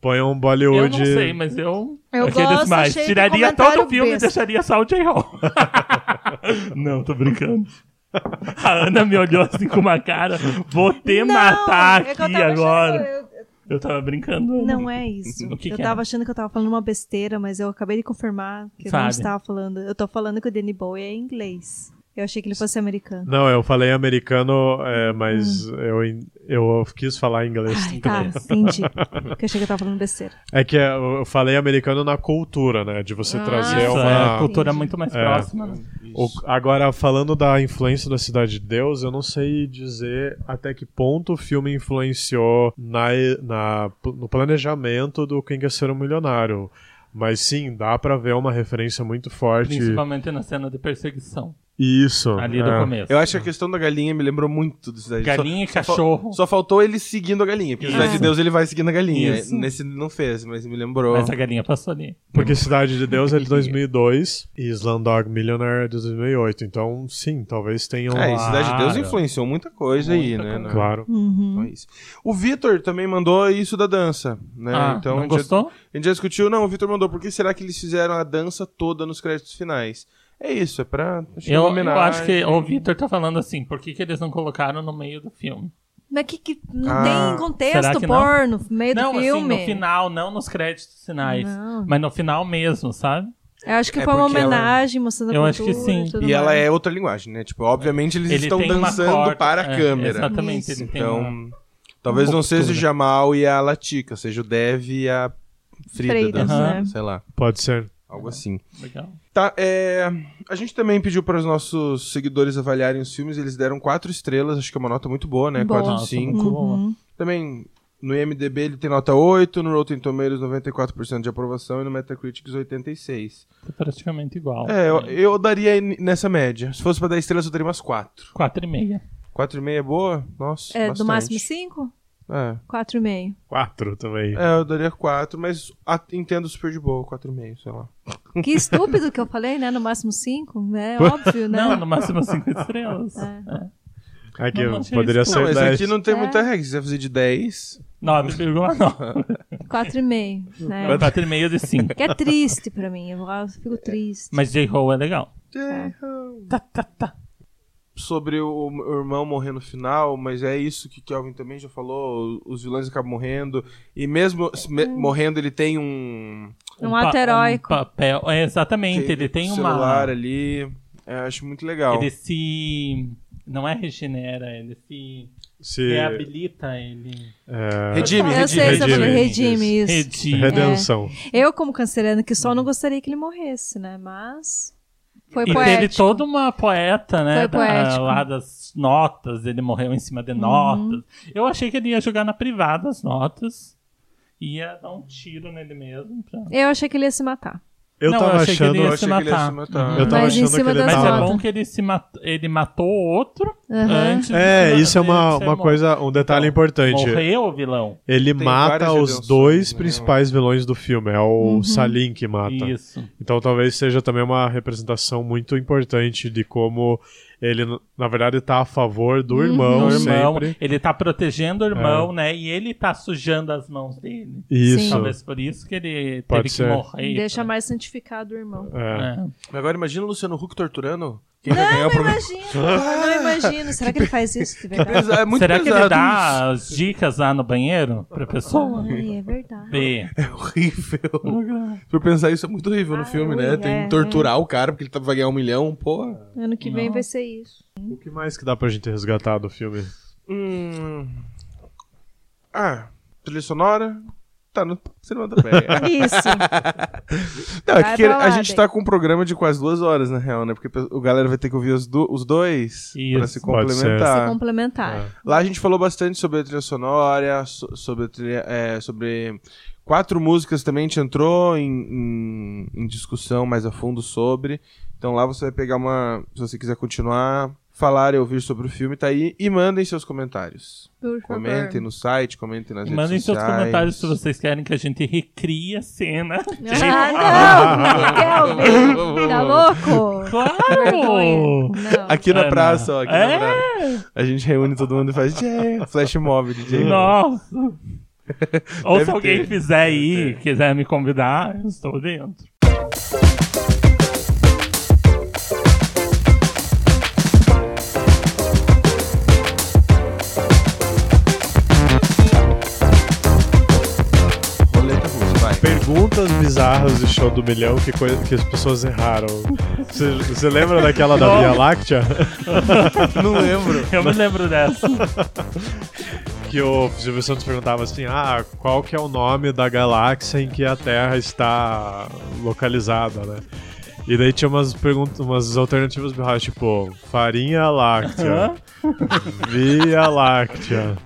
Speaker 2: põe um
Speaker 3: Eu não
Speaker 2: Bollywood.
Speaker 3: sei, mas eu.
Speaker 4: Eu
Speaker 3: Aqueles
Speaker 4: gosto,
Speaker 3: mais.
Speaker 4: achei
Speaker 3: Tiraria
Speaker 4: do comentário
Speaker 3: todo o filme e
Speaker 4: besta.
Speaker 3: deixaria só o J-Hall. não, tô brincando. A Ana me olhou assim com uma cara. Vou te
Speaker 4: Não,
Speaker 3: matar
Speaker 4: é que eu
Speaker 3: aqui
Speaker 4: tava
Speaker 3: agora.
Speaker 4: achando- eu-
Speaker 3: Eu tava brincando.
Speaker 4: Não é isso.
Speaker 3: O que
Speaker 4: eu
Speaker 3: que é?
Speaker 4: tava achando que eu tava falando uma besteira, mas eu acabei de confirmar que eu não
Speaker 3: Sabe.
Speaker 4: estava falando. Eu tô falando que o Danny Bowie é inglês. Eu achei que ele fosse americano.
Speaker 2: Não, eu falei americano,
Speaker 3: Hum.
Speaker 2: é, mas eu, in- eu quis falar inglês.
Speaker 4: Ai, tá, entendi. Porque eu achei que eu tava falando besteira.
Speaker 2: É que é, eu eu falei americano na cultura, né? De
Speaker 4: Ah,
Speaker 2: você trazer
Speaker 3: Isso,
Speaker 2: uma.
Speaker 3: é a cultura muito mais
Speaker 2: É.
Speaker 3: próxima. né?
Speaker 2: O- agora, falando da influência da Cidade de Deus, eu não sei dizer até que ponto o filme influenciou na, na- no planejamento do Quem Quer Ser um Milionário. Mas sim, dá pra ver uma referência muito forte.
Speaker 3: Principalmente na cena de perseguição.
Speaker 2: Isso.
Speaker 3: Ali do
Speaker 2: é.
Speaker 3: começo.
Speaker 1: Eu acho que a questão da galinha me lembrou muito do Cidade de Deus.
Speaker 3: Galinha e
Speaker 1: Só-
Speaker 3: cachorro.
Speaker 1: Só faltou ele seguindo a galinha, porque o Cidade de
Speaker 4: Isso.
Speaker 1: Deus ele vai seguindo a galinha.
Speaker 3: Isso.
Speaker 1: Nesse ele não fez, mas me lembrou.
Speaker 3: Mas a galinha passou ali.
Speaker 2: Porque Cidade de Deus é de 2002 e Slumdog Millionaire é de 2008. Então, sim, talvez tenham.
Speaker 1: É, e
Speaker 2: lá-
Speaker 1: Cidade de Deus
Speaker 3: Claro.
Speaker 1: influenciou muita coisa aí,
Speaker 3: Muita
Speaker 1: né?
Speaker 3: coisa.
Speaker 1: Claro.
Speaker 2: Claro.
Speaker 4: Uhum.
Speaker 1: Então é isso. O Vitor também mandou isso da dança, né?
Speaker 3: ah,
Speaker 1: então a
Speaker 3: não
Speaker 1: gente já-
Speaker 3: gostou?
Speaker 1: a gente já discutiu, não, o Vitor mandou, por que será que eles fizeram a dança toda nos créditos finais? É isso, é pra. acho que é
Speaker 3: Eu,
Speaker 1: uma
Speaker 3: eu
Speaker 1: homenagem.
Speaker 3: acho que o Victor tá falando assim, por que, que eles não colocaram no meio do filme?
Speaker 4: Mas que, que não
Speaker 1: Ah,
Speaker 4: tem
Speaker 3: será
Speaker 4: contexto
Speaker 3: que não?
Speaker 4: porno no meio
Speaker 3: não,
Speaker 4: do filme.
Speaker 3: assim, no final, não nos créditos finais.
Speaker 4: Não.
Speaker 3: Mas no final mesmo, sabe?
Speaker 4: Eu acho que
Speaker 1: É
Speaker 4: foi uma
Speaker 1: porque ela-
Speaker 4: homenagem mostrando a
Speaker 3: Eu
Speaker 4: cultura
Speaker 3: acho que sim.
Speaker 4: E, tudo
Speaker 1: E ela
Speaker 4: mais.
Speaker 1: é outra linguagem, né? Tipo, obviamente eles
Speaker 3: Ele
Speaker 1: estão
Speaker 3: tem uma
Speaker 1: dançando
Speaker 3: corda-
Speaker 1: para a
Speaker 3: é,
Speaker 1: câmera.
Speaker 3: Exatamente, ele tem um
Speaker 1: Então,
Speaker 3: uma...
Speaker 1: talvez não seja o
Speaker 3: ruptura.
Speaker 1: Jamal e a Latica, seja o Dev e a Frida,
Speaker 4: Freitas,
Speaker 1: dançando,
Speaker 4: né?
Speaker 1: sei lá,
Speaker 2: Pode ser.
Speaker 1: algo assim.
Speaker 3: Legal.
Speaker 1: Tá, é, a gente também pediu para os nossos seguidores avaliarem os filmes, eles deram quatro estrelas, acho que é uma nota muito boa, né?
Speaker 4: Boa.
Speaker 1: 4 de
Speaker 3: Nossa,
Speaker 1: 5.
Speaker 3: muito Uhum. boa.
Speaker 4: Uhum.
Speaker 1: Também no IMDB ele tem nota 8, no Rotten Tomatoes 94% de aprovação e no Metacritics 86.
Speaker 3: Tá praticamente igual.
Speaker 1: É, eu, eu daria aí nessa média. Se fosse pra dar estrelas, eu daria umas 4.
Speaker 3: Quatro e meia.
Speaker 1: 4,5 é boa? Nossa,
Speaker 4: É,
Speaker 1: bastante.
Speaker 4: do máximo cinco?
Speaker 1: É.
Speaker 4: Quatro e meio.
Speaker 2: Quatro também.
Speaker 1: É, eu daria 4, mas a- entendo super de boa, 4,5, sei lá.
Speaker 4: Que estúpido que eu falei, né? No máximo cinco, né? Óbvio, né?
Speaker 3: Não, no máximo cinco estrelas.
Speaker 4: É.
Speaker 3: É.
Speaker 2: É que
Speaker 3: Não, não, gente,
Speaker 2: poderia
Speaker 3: pô,
Speaker 1: Não,
Speaker 2: ser
Speaker 1: mas
Speaker 2: 10.
Speaker 1: aqui não tem
Speaker 4: É.
Speaker 1: muita regra. Se quiser fazer de 10,
Speaker 3: 9,9.
Speaker 4: Quatro e meio, né?
Speaker 3: Quatro e meia de cinco.
Speaker 4: Que é triste pra mim. Eu eu fico triste.
Speaker 3: Mas J-Ho é legal.
Speaker 1: Tá, tá, tá. Sobre o, o irmão morrer no final, mas é isso que Kelvin também já falou. Os vilões acabam morrendo. E mesmo se me-
Speaker 4: Hum.
Speaker 1: morrendo, ele tem um
Speaker 4: Um
Speaker 3: pa-
Speaker 4: ato heróico.
Speaker 3: Um papel. é, exatamente, ele tem
Speaker 1: celular
Speaker 3: uma.
Speaker 1: ali. É, acho muito legal.
Speaker 3: Ele se. Não é regenera, ele se
Speaker 1: É.
Speaker 2: Se,
Speaker 3: reabilita, ele.
Speaker 2: é,
Speaker 1: Redime,
Speaker 4: eu sei,
Speaker 1: redime.
Speaker 4: eu falei redime isso.
Speaker 3: Redime.
Speaker 1: É.
Speaker 2: redenção.
Speaker 4: Eu, como canceriano que só, não gostaria que ele morresse, né? Mas foi
Speaker 3: E teve
Speaker 4: poético.
Speaker 3: toda uma poeta, né?
Speaker 4: Foi
Speaker 3: da-
Speaker 4: poético. Uhum.
Speaker 3: lá das notas, ele morreu em cima de notas. Eu achei que ele ia jogar na privada as notas. Ia dar um tiro nele mesmo. pra-
Speaker 4: Eu achei que ele ia se matar.
Speaker 2: Eu
Speaker 3: Não,
Speaker 2: tava
Speaker 3: eu achei que
Speaker 2: achando.
Speaker 3: ele ia
Speaker 1: Eu
Speaker 3: se
Speaker 1: achei que ele ia
Speaker 3: matar. Uhum.
Speaker 1: se matar.
Speaker 2: Eu
Speaker 4: Mas
Speaker 2: tava
Speaker 4: em
Speaker 2: achando que
Speaker 4: cima
Speaker 2: ele
Speaker 4: das
Speaker 3: Mas é
Speaker 2: tava.
Speaker 4: notas.
Speaker 3: bom que ele se matou, ele matou outro
Speaker 4: Aham.
Speaker 3: antes.
Speaker 2: É,
Speaker 3: de-
Speaker 2: isso é
Speaker 3: de
Speaker 2: uma,
Speaker 3: ser
Speaker 2: uma
Speaker 3: morto.
Speaker 2: coisa, um detalhe
Speaker 3: Então,
Speaker 2: importante.
Speaker 3: Morreu o vilão.
Speaker 2: Ele
Speaker 1: Tem
Speaker 2: mata
Speaker 1: várias
Speaker 2: os
Speaker 1: redenções,
Speaker 2: dois
Speaker 1: né?
Speaker 2: principais vilões do filme, é o
Speaker 4: Uhum.
Speaker 2: Salim que mata.
Speaker 3: Isso.
Speaker 2: Então talvez seja também uma representação muito importante de como ele, na verdade, tá a favor
Speaker 4: Uhum.
Speaker 2: do irmão,
Speaker 3: O irmão,
Speaker 2: Então, sempre. É.
Speaker 3: ele tá protegendo o irmão, né? E ele tá sujando as mãos dele.
Speaker 2: Isso.
Speaker 3: Talvez por isso que ele
Speaker 2: Pode
Speaker 3: teve
Speaker 2: ser.
Speaker 3: que morrer.
Speaker 4: Deixa
Speaker 3: né?
Speaker 4: mais santificado o irmão.
Speaker 2: É.
Speaker 3: É.
Speaker 1: Mas agora imagina o Luciano Huck torturando. Quem vai ganhar o
Speaker 4: Não
Speaker 1: programa?
Speaker 4: imagino, não imagino. Será que ele faz isso de verdade?
Speaker 1: É muito
Speaker 3: Será que ele
Speaker 1: pesado isso.
Speaker 3: dá as dicas lá no banheiro pra pessoa?
Speaker 4: Ai, é verdade.
Speaker 3: B.
Speaker 1: É horrível. Se eu pensar isso, é muito horrível no
Speaker 4: Ah,
Speaker 1: filme,
Speaker 4: é
Speaker 1: né?
Speaker 4: ruim,
Speaker 1: Tem
Speaker 4: é,
Speaker 1: que torturar o cara porque ele tá- vai ganhar um milhão, pô.
Speaker 4: Ano que vem
Speaker 3: Não.
Speaker 4: vai ser isso.
Speaker 2: O que mais que dá pra gente resgatar do filme?
Speaker 1: Hum. Ah, trilha sonora. Tá no cinema da Véia.
Speaker 4: Isso.
Speaker 1: Não, é que
Speaker 4: pra lá,
Speaker 1: a gente
Speaker 4: daí.
Speaker 1: tá com um programa de quase duas horas, na real, né? Porque o galera vai ter que ouvir os, do- os dois pra
Speaker 3: Isso.
Speaker 1: se
Speaker 2: Pode ser.
Speaker 4: Isso é
Speaker 1: complementar.
Speaker 2: Ah.
Speaker 4: complementar.
Speaker 2: É.
Speaker 1: Lá a gente falou bastante sobre a trilha sonora, so- sobre a trilha- é, sobre quatro músicas também, a gente entrou em, em- em discussão mais a fundo sobre. Então lá você vai pegar uma. Se você quiser continuar, falar e ouvir sobre o filme, tá aí. E mandem seus comentários.
Speaker 4: Por favor.
Speaker 1: Comentem no site, comentem nas
Speaker 3: E
Speaker 1: redes
Speaker 3: Mandem seus
Speaker 1: sociais.
Speaker 3: comentários se vocês querem que a gente recrie a cena.
Speaker 4: Ah, não! Kelvin! Tá louco?
Speaker 3: Claro!
Speaker 4: Vergonha. Não.
Speaker 1: Aqui na
Speaker 3: Ana.
Speaker 1: praça, ó. Aqui na
Speaker 3: Ah, É.
Speaker 1: praça. A gente reúne todo mundo e faz DJ, flash mob, DJ.
Speaker 3: Nossa! Ou se
Speaker 1: Deve
Speaker 3: alguém
Speaker 1: ter.
Speaker 3: fizer aí, quiser me convidar, eu estou dentro.
Speaker 2: questão do milhão que, coi- que as pessoas erraram. Você você lembra daquela da Via Láctea?
Speaker 1: Não lembro.
Speaker 3: Eu me lembro dessa.
Speaker 2: Que o Silvio Santos perguntava assim: ah, qual que é o nome da galáxia em que a Terra está localizada, né? E daí tinha umas perguntas, umas alternativas bizarras, tipo, farinha láctea, via láctea.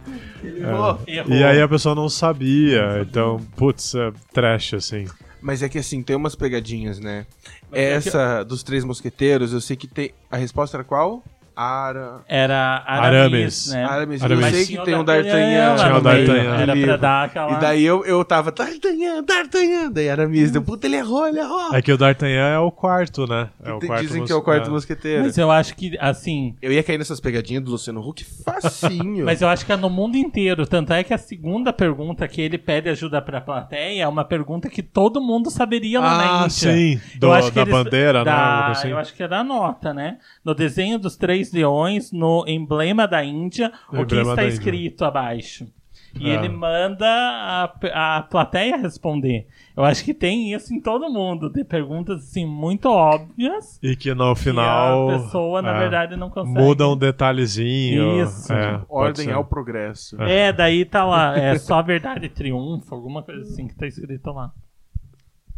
Speaker 3: Errou.
Speaker 2: E aí a pessoa não sabia, então, putz, é trash assim.
Speaker 1: Mas é que assim, tem umas pegadinhas, né? Essa dos Três Mosqueteiros, eu sei que tem. A resposta era qual? Ara.
Speaker 3: Era
Speaker 2: Arames.
Speaker 3: Aramis, né?
Speaker 1: Aramis. Eu
Speaker 2: Aramis. Mas
Speaker 1: sei
Speaker 3: tinha
Speaker 1: que tem
Speaker 3: o
Speaker 1: um D'Artagnan.
Speaker 3: lá
Speaker 2: Tinha
Speaker 3: no
Speaker 2: o
Speaker 3: meio.
Speaker 2: É, D'Artagnan.
Speaker 3: Era pra dar aquela...
Speaker 1: E daí eu, eu tava, D'Artagnan, D'Artagnan. Daí Aramis deu, puta, ele errou, ele errou.
Speaker 2: É que o D'Artagnan é o quarto, né? É o
Speaker 1: Te-
Speaker 2: quarto
Speaker 1: Dizem
Speaker 2: mos-
Speaker 1: que é o quarto
Speaker 2: é.
Speaker 1: mosqueteiro.
Speaker 3: Mas eu acho que, assim...
Speaker 1: Eu ia cair nessas pegadinhas do Luciano Huck facinho.
Speaker 3: Mas eu acho que é no mundo inteiro. Tanto é que a segunda pergunta que ele pede ajuda pra plateia é uma pergunta que todo mundo saberia lá na
Speaker 2: Ah,
Speaker 3: Índia.
Speaker 2: sim. Do,
Speaker 3: eu acho que
Speaker 2: da
Speaker 3: eles-
Speaker 2: bandeira, né?
Speaker 3: da-
Speaker 2: Algo assim.
Speaker 3: Eu acho que é da nota, né? No desenho dos três leões, no emblema da Índia,
Speaker 2: No
Speaker 3: o que
Speaker 2: emblema da
Speaker 3: está
Speaker 2: Índia.
Speaker 3: escrito abaixo. E
Speaker 2: É.
Speaker 3: ele manda a, a plateia responder. Eu acho que tem isso em todo mundo. Tem perguntas, assim, muito óbvias.
Speaker 2: E que no
Speaker 3: que
Speaker 2: final.
Speaker 3: a pessoa, na
Speaker 2: é,
Speaker 3: verdade, não consegue.
Speaker 2: Muda um detalhezinho.
Speaker 3: Isso.
Speaker 2: é, pode
Speaker 1: Ordem
Speaker 2: ser.
Speaker 1: ao progresso.
Speaker 3: É, daí tá lá. É só a verdade triunfa, alguma coisa assim que tá escrito lá.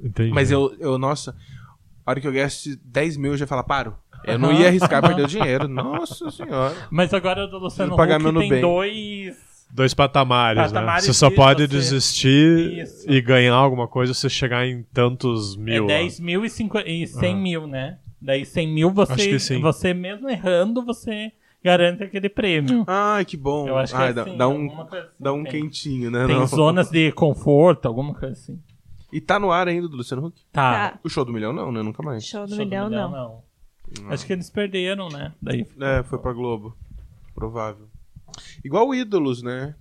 Speaker 2: Entendi.
Speaker 1: Mas eu, eu, nossa, a hora que eu gaste 10 mil, eu já falo, paro. Eu não ia arriscar perder o dinheiro. Nossa senhora.
Speaker 3: Mas agora o do Luciano
Speaker 1: Preciso pagar meu
Speaker 3: Huck tem
Speaker 1: Nubank.
Speaker 3: dois...
Speaker 2: Dois patamares,
Speaker 3: Patamares
Speaker 2: né? Você só
Speaker 3: de
Speaker 2: pode
Speaker 3: você-
Speaker 2: desistir
Speaker 3: Isso.
Speaker 2: e ganhar alguma coisa se chegar em tantos mil.
Speaker 3: É
Speaker 2: ó.
Speaker 3: 10 mil e, cinqu... e
Speaker 1: Ah.
Speaker 3: 100 mil, né? Daí 100 mil você,
Speaker 2: Acho que sim.
Speaker 3: você mesmo errando, você garante aquele prêmio.
Speaker 1: Ai, que bom.
Speaker 3: Eu acho que
Speaker 1: Ai,
Speaker 3: é
Speaker 1: Hum. dá,
Speaker 3: assim,
Speaker 1: dá
Speaker 3: alguma
Speaker 1: um,
Speaker 3: coisa assim
Speaker 1: dá um
Speaker 3: tem.
Speaker 1: quentinho, né?
Speaker 3: Tem
Speaker 1: não?
Speaker 3: zonas de conforto, alguma coisa assim.
Speaker 1: E tá no ar ainda do Luciano Huck?
Speaker 3: Tá.
Speaker 4: Tá.
Speaker 1: O show do milhão não, né? Nunca mais.
Speaker 4: Show do
Speaker 3: Show
Speaker 4: milhão, não.
Speaker 3: Acho que eles perderam, né? Daí
Speaker 1: É, foi pra Globo. Provável. Igual o Ídolos, né?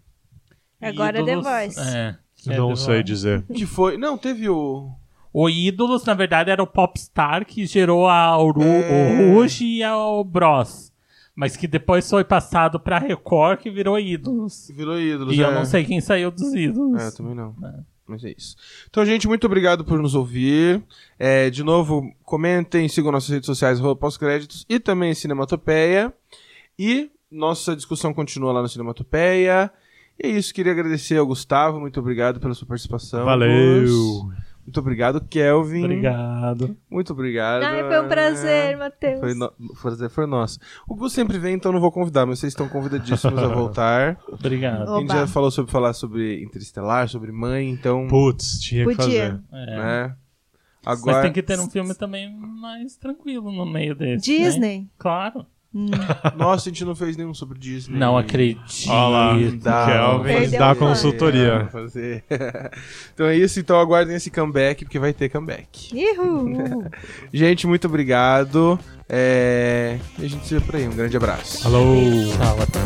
Speaker 4: Agora é
Speaker 3: Ídolos-
Speaker 4: The Voice.
Speaker 3: É. É
Speaker 2: Não
Speaker 3: The
Speaker 2: sei
Speaker 3: Voice.
Speaker 2: dizer.
Speaker 1: Que foi. Não, teve o.
Speaker 3: O Ídolos, na verdade, era o Popstar que gerou a Uru,
Speaker 1: É.
Speaker 3: o Ruge e a- o Bros. Mas que depois foi passado pra Record que virou Ídolos.
Speaker 1: Virou Ídolos,
Speaker 3: E
Speaker 1: é.
Speaker 3: eu não sei quem saiu dos Ídolos.
Speaker 1: É, eu também não. Mas é isso. Então, gente, muito obrigado por nos ouvir. É, de novo, comentem, sigam nossas redes sociais, arroba pós-créditos e também Cinematopeia. E nossa discussão continua lá no Cinematopeia. E é isso, queria agradecer ao Gustavo, muito obrigado pela sua participação.
Speaker 2: Valeu.
Speaker 1: Muito obrigado, Kelvin.
Speaker 3: Obrigado.
Speaker 1: Muito obrigado.
Speaker 4: Ai, foi um prazer, Matheus.
Speaker 1: né? Foi, no... o prazer foi nosso. O Gus sempre vem, então não vou convidar, mas vocês estão convidadíssimos a voltar.
Speaker 3: Obrigado.
Speaker 1: A gente
Speaker 4: Oba.
Speaker 1: já falou sobre falar sobre Interestelar, sobre mãe, então.
Speaker 2: Putz, tinha que
Speaker 4: Podia.
Speaker 2: fazer.
Speaker 3: É.
Speaker 1: né?
Speaker 3: Mas
Speaker 1: Agora,
Speaker 3: tem que ter um filme também mais tranquilo no meio desse. né?
Speaker 4: Disney.
Speaker 3: Claro.
Speaker 1: nossa, a gente não fez nenhum sobre Disney.
Speaker 3: Não acredito.
Speaker 2: Olha lá.
Speaker 1: Dá,
Speaker 2: Kelvin
Speaker 4: Perdeu
Speaker 2: dá
Speaker 4: o fã.
Speaker 2: consultoria.
Speaker 1: Vamos fazer. então é isso, então aguardem esse comeback, porque vai ter
Speaker 2: Né?
Speaker 1: comeback.
Speaker 4: Ihu.
Speaker 1: Gente, muito obrigado. É, E a gente se vê por aí. Um grande abraço.
Speaker 2: Alô.
Speaker 3: Tchau, até.